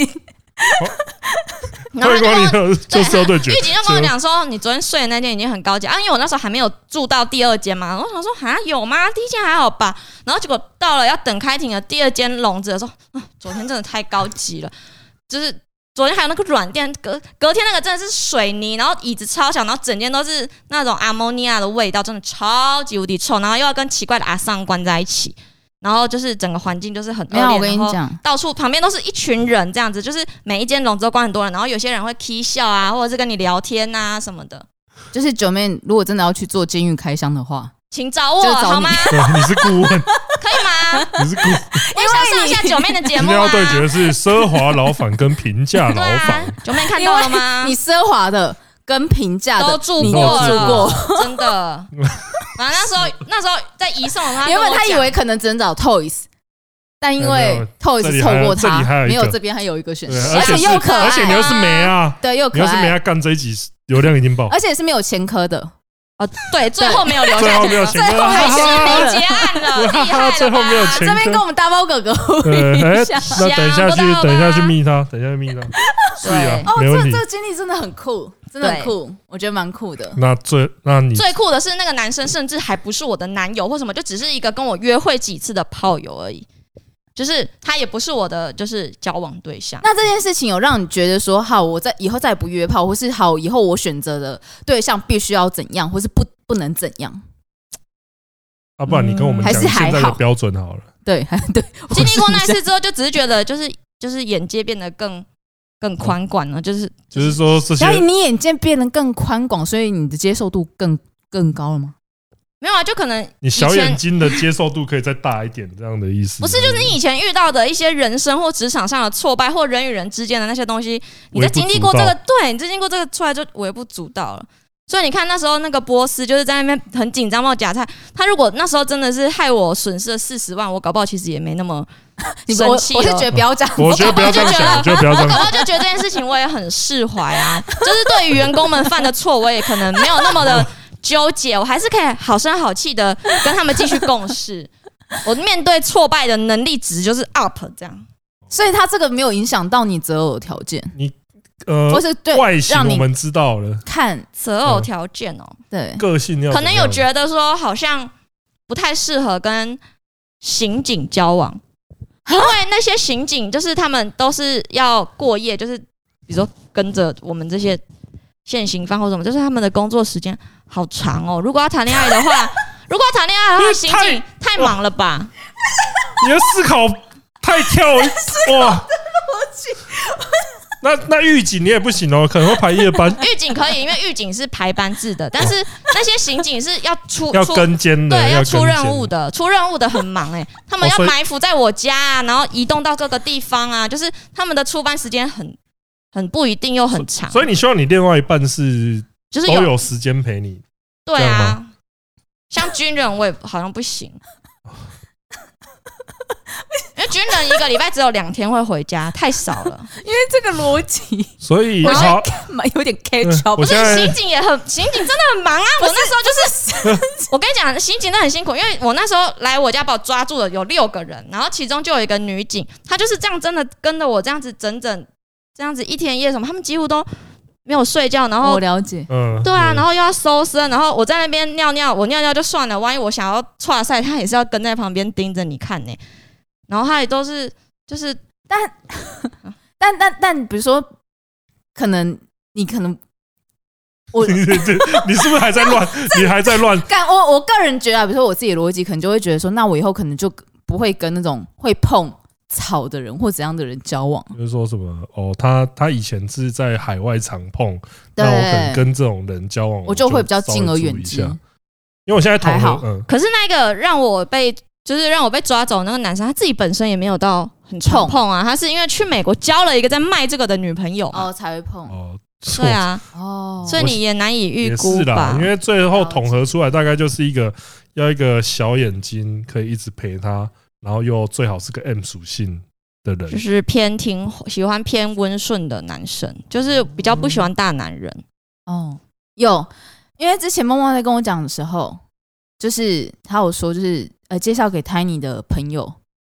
警推光然后他就跟我你的就是要对决狱。警就跟我讲说，你昨天睡的那间已经很高级啊，因为我那时候还没有住到第二间嘛，我想说啊有吗？第一间还好吧，然后结果到了要等开庭的第二间笼子的时候，啊，昨天真的太高级了，就是昨天还有那个软垫，隔隔天那个真的是水泥，然后椅子超小，然后整间都是那种阿莫尼亚的味道，真的超级无敌臭，然后又要跟奇怪的阿桑关在一起。然后就是整个环境就是很恶没劣，有，我跟你然后讲，到处旁边都是一群人这样子，就是每一间笼子都关很多人，然后有些人会 k 笑啊，或者是跟你聊天啊什么的，就是九妹，如果真的要去做监狱开箱的话，请找我就找你好 吗？对，你是顾问，可以 吗？你 是顾问。我想上一下九妹的节今目天要啊。对决的是奢华牢房跟平价对牢啊房。，九妹看到了 吗？你奢华的跟平价的啊都住你过都住了，真 的。反正那时候那时候在移送的时候，原本跟我他讲以为可能只能找 Toys，但因哎没有没为有 Toys 错过这里还有这里还有他，一个没有这边还有一个选对，项，而且啊哎又是可爱，而且你又是没啊，对又你可要是没爱，哎啊，干这一集流量已经爆。而且是没有前科的，哦，对，最后没有留最下后没有钱前了，科，还还 是是没没有结案了，厉害了哈哈，吧最后没有前哎这边跟科。我们大包哥哥呼对，应哎 一下。，那等一下去想不到吧，等一下去密他，等一下去密他，是对啊，哦，没问这题这。个经历真的很酷，真的很酷，我觉得蛮酷的。那最，那你最酷的是，那个男生甚至还不是我的男友或什么，就只是一个跟我约会几次的炮友而已，就是他也不是我的就是交往对象。那这件事情有让你觉得说，好，我在以后再也不约炮，或是好，以后我选择的对象必须要怎样，或是不不能怎样？啊，不然你跟嗯我们还讲是还现在的好标准好了。对，还对，经历过那我是次之后，就只是觉得就是就是眼界变得更更宽广了，就是就是说这些所以你眼界变得更宽广，所以你的接受度更更高了吗？没有啊，就可能你以小眼前睛的接受度可以再大一点，这样的意思。不是，就是你以前遇到的一些人生或职场上的挫败，或人与人之间的那些东西，你在经历过这微个不，对你经历过这个出来就微不足道了。所以你看那时候那个波斯就是在那边很紧张冒假菜，他如果那时候真的是害我损失了四十万，我搞不好其实也没那么你我生气了。我是觉得不要这样，我觉得不要这样想，我觉得不要这样搞不想。好就觉得这件事情我也很释怀啊，就是对于员工们犯的错，我也可能没有那么的纠结，我还是可以好声好气的跟他们继续共事。我面对挫败的能力值就是 up 这样。 所以他这个没有影响到你择偶条件，呃我，是对外形让你我们知道了，看择偶条件哦、对个性要可能有得觉得说好像不太适合跟刑警交往，因为那些刑警就是他们都是要过夜，就是比如说跟着我们这些现行犯或什么，就是他们的工作时间好长哦。如果要谈恋爱的 话，如果要谈恋爱的话，刑警太忙了 吧？你的思考太 跳哇。那那狱警你也不行哦，可能会排夜班，狱警可以，因为狱警是排班制的，但是那些刑警是要出要出跟监的，对，要要出跟任监务的，出任务的很忙哎、他们哦要所以埋伏在我家、啊，然后移动到各个地方啊，就是他们的出班时间很很不一定又很长，所以你希望你另外一半是就是都有有时间陪你，对这样啊，像军人我也好像不行，因为军人一个礼拜只有两天会回家，太少了。这个逻辑，所以我好，蛮有点嗯 catch up 我不是 现在刑警也很刑警真的很忙啊！我那时候就是，我跟你讲，刑警真的很辛苦，因为我那时候来我家把我抓住了有六个人，然后其中就有一个女警，她就是这样真的跟着我这样子整整这样子一天一夜什么，他们几乎都没有睡觉，然后我了解，嗯，对啊，然后又要收身，然后我在那边尿尿，我尿尿就算了，万一我想要岔赛，她也是要跟在旁边盯着你看呢、然后她也都是就是但但但比如说，可能你可能我你你你是不是还在 乱？你还在乱？干我我个人觉得啊，比如说我自己的逻辑，可能就会觉得说，那我以后可能就不会跟那种会碰草的人或怎样的人交往。 就是说什么哦，他他以前是在海外常碰，那我可能跟这种人交往，我就会比较敬而远之稍微注意一下。因为我现在统还好合，嗯，可是那个让我被就是让我被抓走那个男生，他自己本身也没有到很冲碰碰啊，他是因为去美国交了一个在卖这个的女朋友啊。哦，才会碰哦，对啊，哦，所以你也难以预也估是啦吧，因？为最后统合出来大概就是一个要一个小眼睛可以一直陪他，然后又最好是个 M 属性的就 人，是偏听喜欢偏温顺的男生，就是比较不喜欢大男人。哦有，因为之前梦梦在跟我讲的时候，就是他有说，就是呃，介绍给 Tiny 的朋友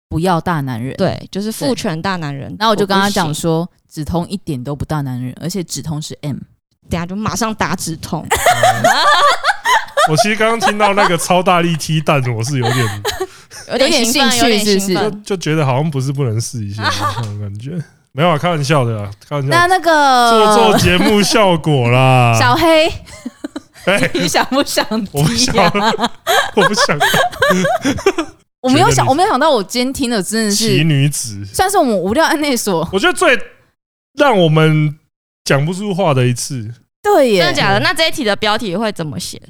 不要大男人。，对，就是父权大男人。然后我就跟他不行讲，说，止痛一点都不大男人，而且止痛是 M。等下就马上打止 痛。我其实刚刚听到那个超大力踢蛋，我是有点有有点点兴奋，兴有趣点是不兴是就奋。就觉得好像不是不能试一 下那种感觉。没有啊，开玩笑的啦，开玩那笑，那做做个节目效果啦。呃 小黑， 哎，你想不想啊我不踢想呀、，我不想我没有觉得想，你我没有想到，我今天听的真的骑是女子。算是我们无聊案内所。我觉得最让我们讲不出话的一次，对耶，真的假的？那这一题的标题会怎么写？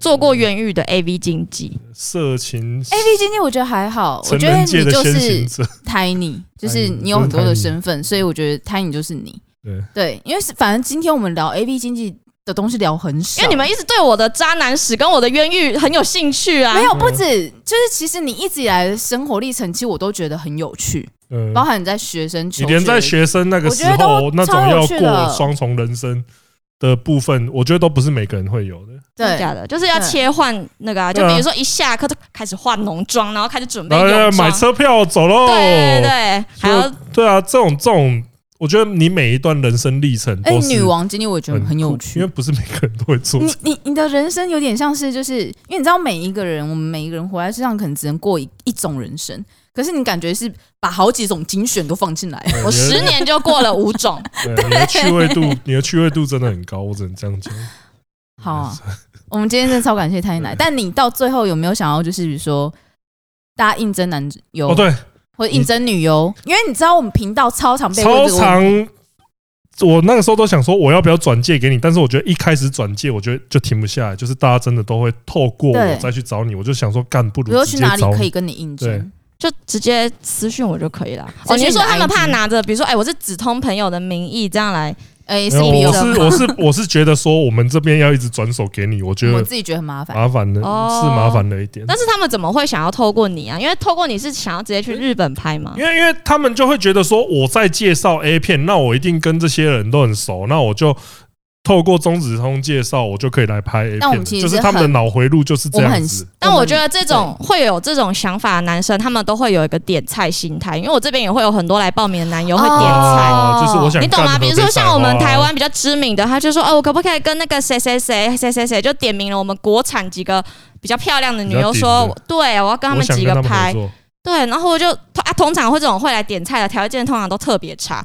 做过冤狱的 AV 经济，色情 A V 经济我觉得还好，哎我成觉得人你界的就先行是 者。 tiny，就是你有很多的身份，所以我觉得 tiny 就是你。对因为是反正今天我们聊 A V 经济的东西聊很少，因为你们一直对我的渣男史跟我的冤狱很有兴趣啊。没有不止，就是其实你一直以来的生活历程，其实我都觉得很有趣，嗯，包含你在学生求你学，连在学生那个时候我觉得都那种要超有趣的过双重人生的部分，我觉得都不是每个人会有的。真的对假的，就是要对切换那个啊，就对啊比如说一下课就开始化浓妆，然后开始准备然后要泳买装，车票走喽。对对对，还所以要对啊，这种这种，我觉得你每一段人生历程哎、都是女王经历我也觉得很很有酷因为趣。不是每个人都会做。你你你的人生有点像是，就是因为你知道每一个人，我们每一个人活在世上可能只能过一一种人生，可是你感觉是把好几种精选都放进来，对我你的十年就过了五种，对你的趣味度，你的趣味度真的很高，我只能这样讲。好啊，我们今天真的超感谢太奶，但你到最后有没有想要就是比如说大家应征男优、哦对，或者应征女优？因为你知道我们频道超常被问超这个问题，常我那个时候都想说我要不要转借给你，但是我觉得一开始转借，我觉得就停不下来，就是大家真的都会透过对我再去找你，我就想说干不比如说如直去接哪里找可以你，跟你应对征？就直接私讯我就可以了。私哦，讯你你的是说他们 IG 怕拿着，比如说，哎、我是只通朋友的名义这样来，哎，没有不用我是我是我是觉得说我们这边要一直转手给你，我觉我得啊自己觉得很麻烦。麻烦了，哦是麻烦了一点。但是他们怎么会想要透过你啊？因为透过你是想要直接去日本拍吗？因为因为他们就会觉得说我在介绍 A 片，那我一定跟这些人都很熟，那我就透过中子通介绍，我就可以来拍 A 但我们片，其就实是是他们的很脑回路就是我这们很样子。，但们我觉得这种会有这种想法的男生，他们都会有一个点菜心态，因为我这边也会有很多来报名的男优会点菜。哦就是我想你懂干吗？河比北如说菜像花我们台哦湾比较知名的，他就说：“哦，我可不可以跟那个谁谁谁谁谁谁就点名了我们国产几个比较漂亮的女优，比较顶的说我对我要跟他我们想几跟个他们合拍。作，”对，然后我就啊，通常会这种会来点菜的条件通常都特别差，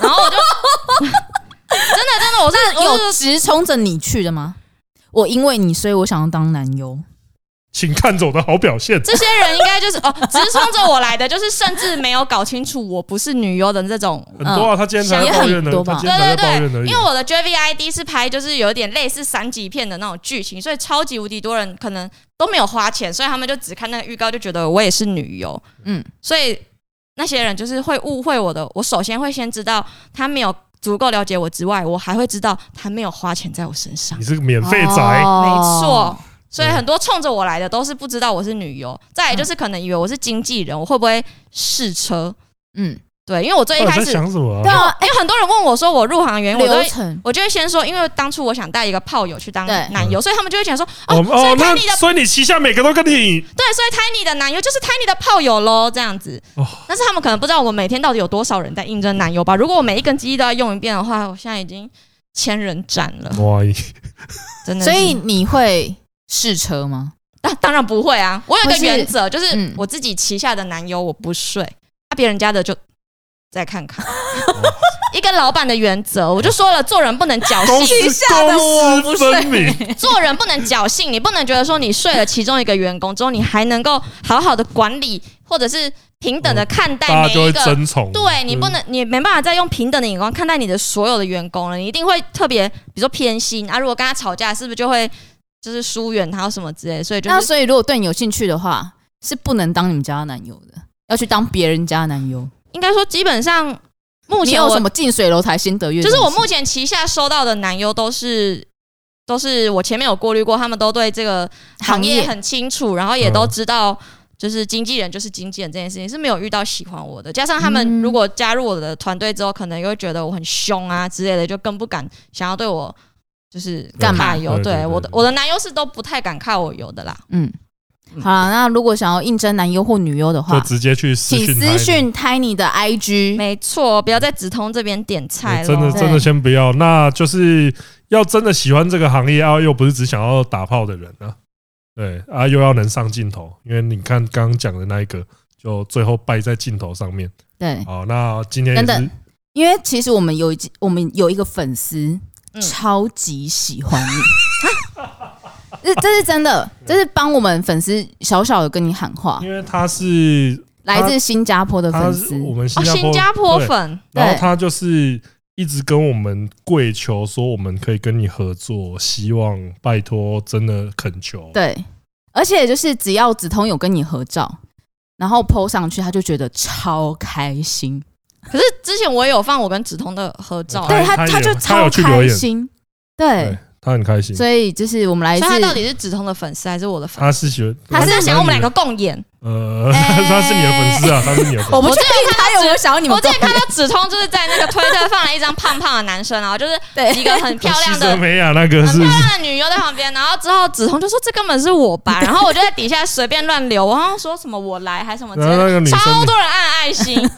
然后我就 真的真的，我是我有是直冲着你去的吗？我因为你，所以我想要当男优。请看着我的好表现。这些人应该就是哦，直冲着我来的，就是甚至没有搞清楚我不是女优的这种很多啊，他今天才想也在抱很怨呢多，吧他今天才在抱对怨而已因为。我的 JVID 是拍就是有点类似三级片的那种剧情，所以超级无敌多人可能都没有花钱，所以他们就只看那个预告就觉得我也是女优，嗯，所以那些人就是会误会我的。我首先会先知道他没有足够了解我之外，我还会知道他没有花钱在我身上你，是个免费宅，哦没错。。所以很多冲着我来的都是不知道我是女优，再来就是可能以为我是经纪人，我会不会试车？嗯，对，因为我最一到底开在始，因想什么对啊？啊，为很多人问我说我入行原因，我都流会程我就会先说，因为当初我想带一个炮友去当对男友，所以他们就会讲说，我哦，们所哦以，那 Tiny 的所以你旗下每个都跟 你对，所以 Tiny 的男友就是 Tiny 的炮友喽，这样子哦。但是他们可能不知道我每天到底有多少人在应征男友吧？如果我每一根机翼都要用一遍的话，我现在已经千人斩了，哇，真的是。所以你会试车吗？当当然不会啊，我有一或个是原则，就是嗯我自己旗下的男友我不睡，那别人家的就再看看。哦一个老板的原哎则，我就说了，做人不能侥公幸。私公私分明，做人不能侥幸，你不能觉得说你睡了其中一个员工之后，你还能够好好的管理或者是平等的看待哦大家每就一会个。争宠。对你不能，你没办法再用平等的眼光看待你的所有的员工了，你一定会特别，比如说偏心啊。如果跟他吵架，是不是就会就是疏远他或什么之类的？所以就那是所以如果对你有兴趣的话，是不能当你们家的男友的，要去当别人家的男友。应该说，基本上目你前有我什么近水楼台先得月这就种是事？我目前旗下收到的男优都是都是我前面有过滤过，他们都对这个行行业业很清楚，然后也都嗯知道。就是经纪人就是经纪人这件事情是没有遇到喜欢我的，加上他们嗯如果加入我的团队之后，可能又会觉得我很凶啊之类的，就更不敢想要对我就是干嘛揩油。对对对对我的对我的男优是都不太敢揩我油的啦。嗯，嗯好啦，那如果想要应征男优或女优的就话，直接去私请讯私他讯 Tiny 的 IG。没错，不要在直通这边点菜欸了。真的对真的先不要，那就是要真的喜欢这个行业啊，又不是只想要打炮的人啊，对啊，又要能上镜头，因为你看刚刚讲的那一个，就最后败在镜头上面。对，好，那今天也等是等因为其实我们有一集我们有一个粉丝、嗯超级喜欢你， 这这是真的，这是帮我们粉丝小小的跟你喊话，因为他是来自新加坡的他粉是丝，我们新哦，加坡、新加坡对粉，然后对他就是一直跟我们跪求说，我们可以跟你合作，希望拜托，真的恳求。对，而且就是只要梓潼有跟你合照，然后 PO 上去，他就觉得超开心，可是之前我也有放我跟梓潼的合照啊，对对他，他也就他有超去留开言心，对对，他很开心，所以就是我们来所以他自到底是梓潼的粉丝还是我的粉丝？他是喜欢，他是喜想欢我们两你个的，共演。呃，哎他是你的粉丝啊，他是你的 粉丝。我不确定他有没有想要你们我之共前看到梓潼就是在那个推特放了一张胖胖的男生，然后就是对一个很漂亮西 的泽。美亚啊那个很是漂亮的女优在旁边，然后之后梓潼就说：“这根本是我吧。”然后我就在底下随便乱留，我好像说什么“我来”还什么之类然后那个的，女生超多人按 爱心。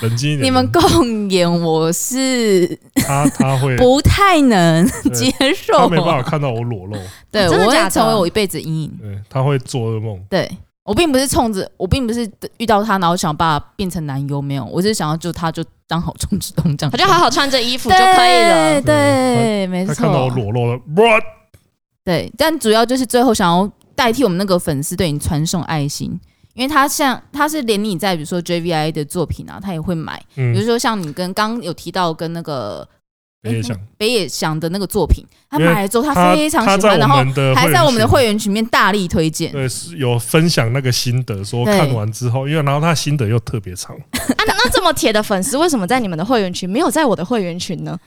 冷静一点，你们共演，我是他他 会不太能接他受没。办法看到我裸露，对，哦真的我假会的成为我一辈子阴影。对，他会做噩梦。对我并不是冲着，我并不是遇到他，然后想把他变成男优，没有，我是想要就他就当好中之东这样我，就好好穿着衣服就可以了。嗯对对，没他看到我错。裸露了，哇！对，但主要就是最后想要代替我们那个粉丝对你传送爱心，因为他像他是连你在比如说 JVI 的作品啊，他也会买，比如嗯，说像你跟刚有提到跟那个北野想，北野祥的那个作品，他因为买了之后他非常他喜在欢，我然后们的还在我们的会会员群里面大力推荐员群，对是有分享那个心得，说对看完之后，因为然后他心得又特别长，啊，那那这么铁的粉丝，为什么在你们的会员群没有在我的会员群呢？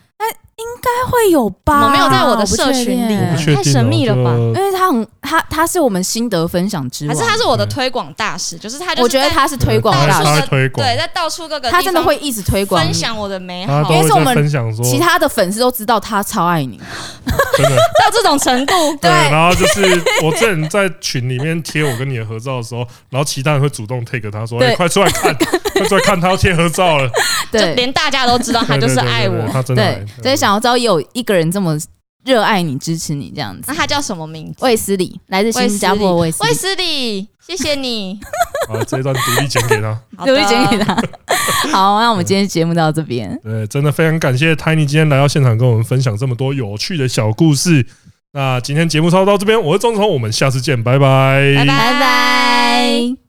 会有吧？怎么没有在我的我不确社群里定我不确定哦太神秘了吧就因为他很他他是我们心得分享之还王，是他是我的推广大使？就是他就是在，我觉得他是推广对大他使，会推广，对，在到处各个地他真的方会一直推广你分。享我的美他好，都因为是我会们在分享说，其他的粉丝都知道他超爱 你，真的到这种程 度，对，对然后就是我之前在群里面贴我跟你的合照的时候，然后其他人会主动 take 他说：“对哎，快出来看，快出来看，他要贴合照了。就对连大家都知道他对”就是对对爱对我。他真的爱对，所以想要知道有一个人这么热爱你、支持你这样子那。他叫什么名字？卫斯理来自新加坡的卫斯卫理，嗯斯理，谢 谢你。啊，这一段独立剪给他。 好留的一剪给他。 好，那我们今天节目到这边，对，真的非常感谢 Tiny 今天来到现场跟我们分享这么多有趣的小故事。那今天节目差不多到这边，我是钟子彤，我们下次见，拜拜，拜拜拜拜。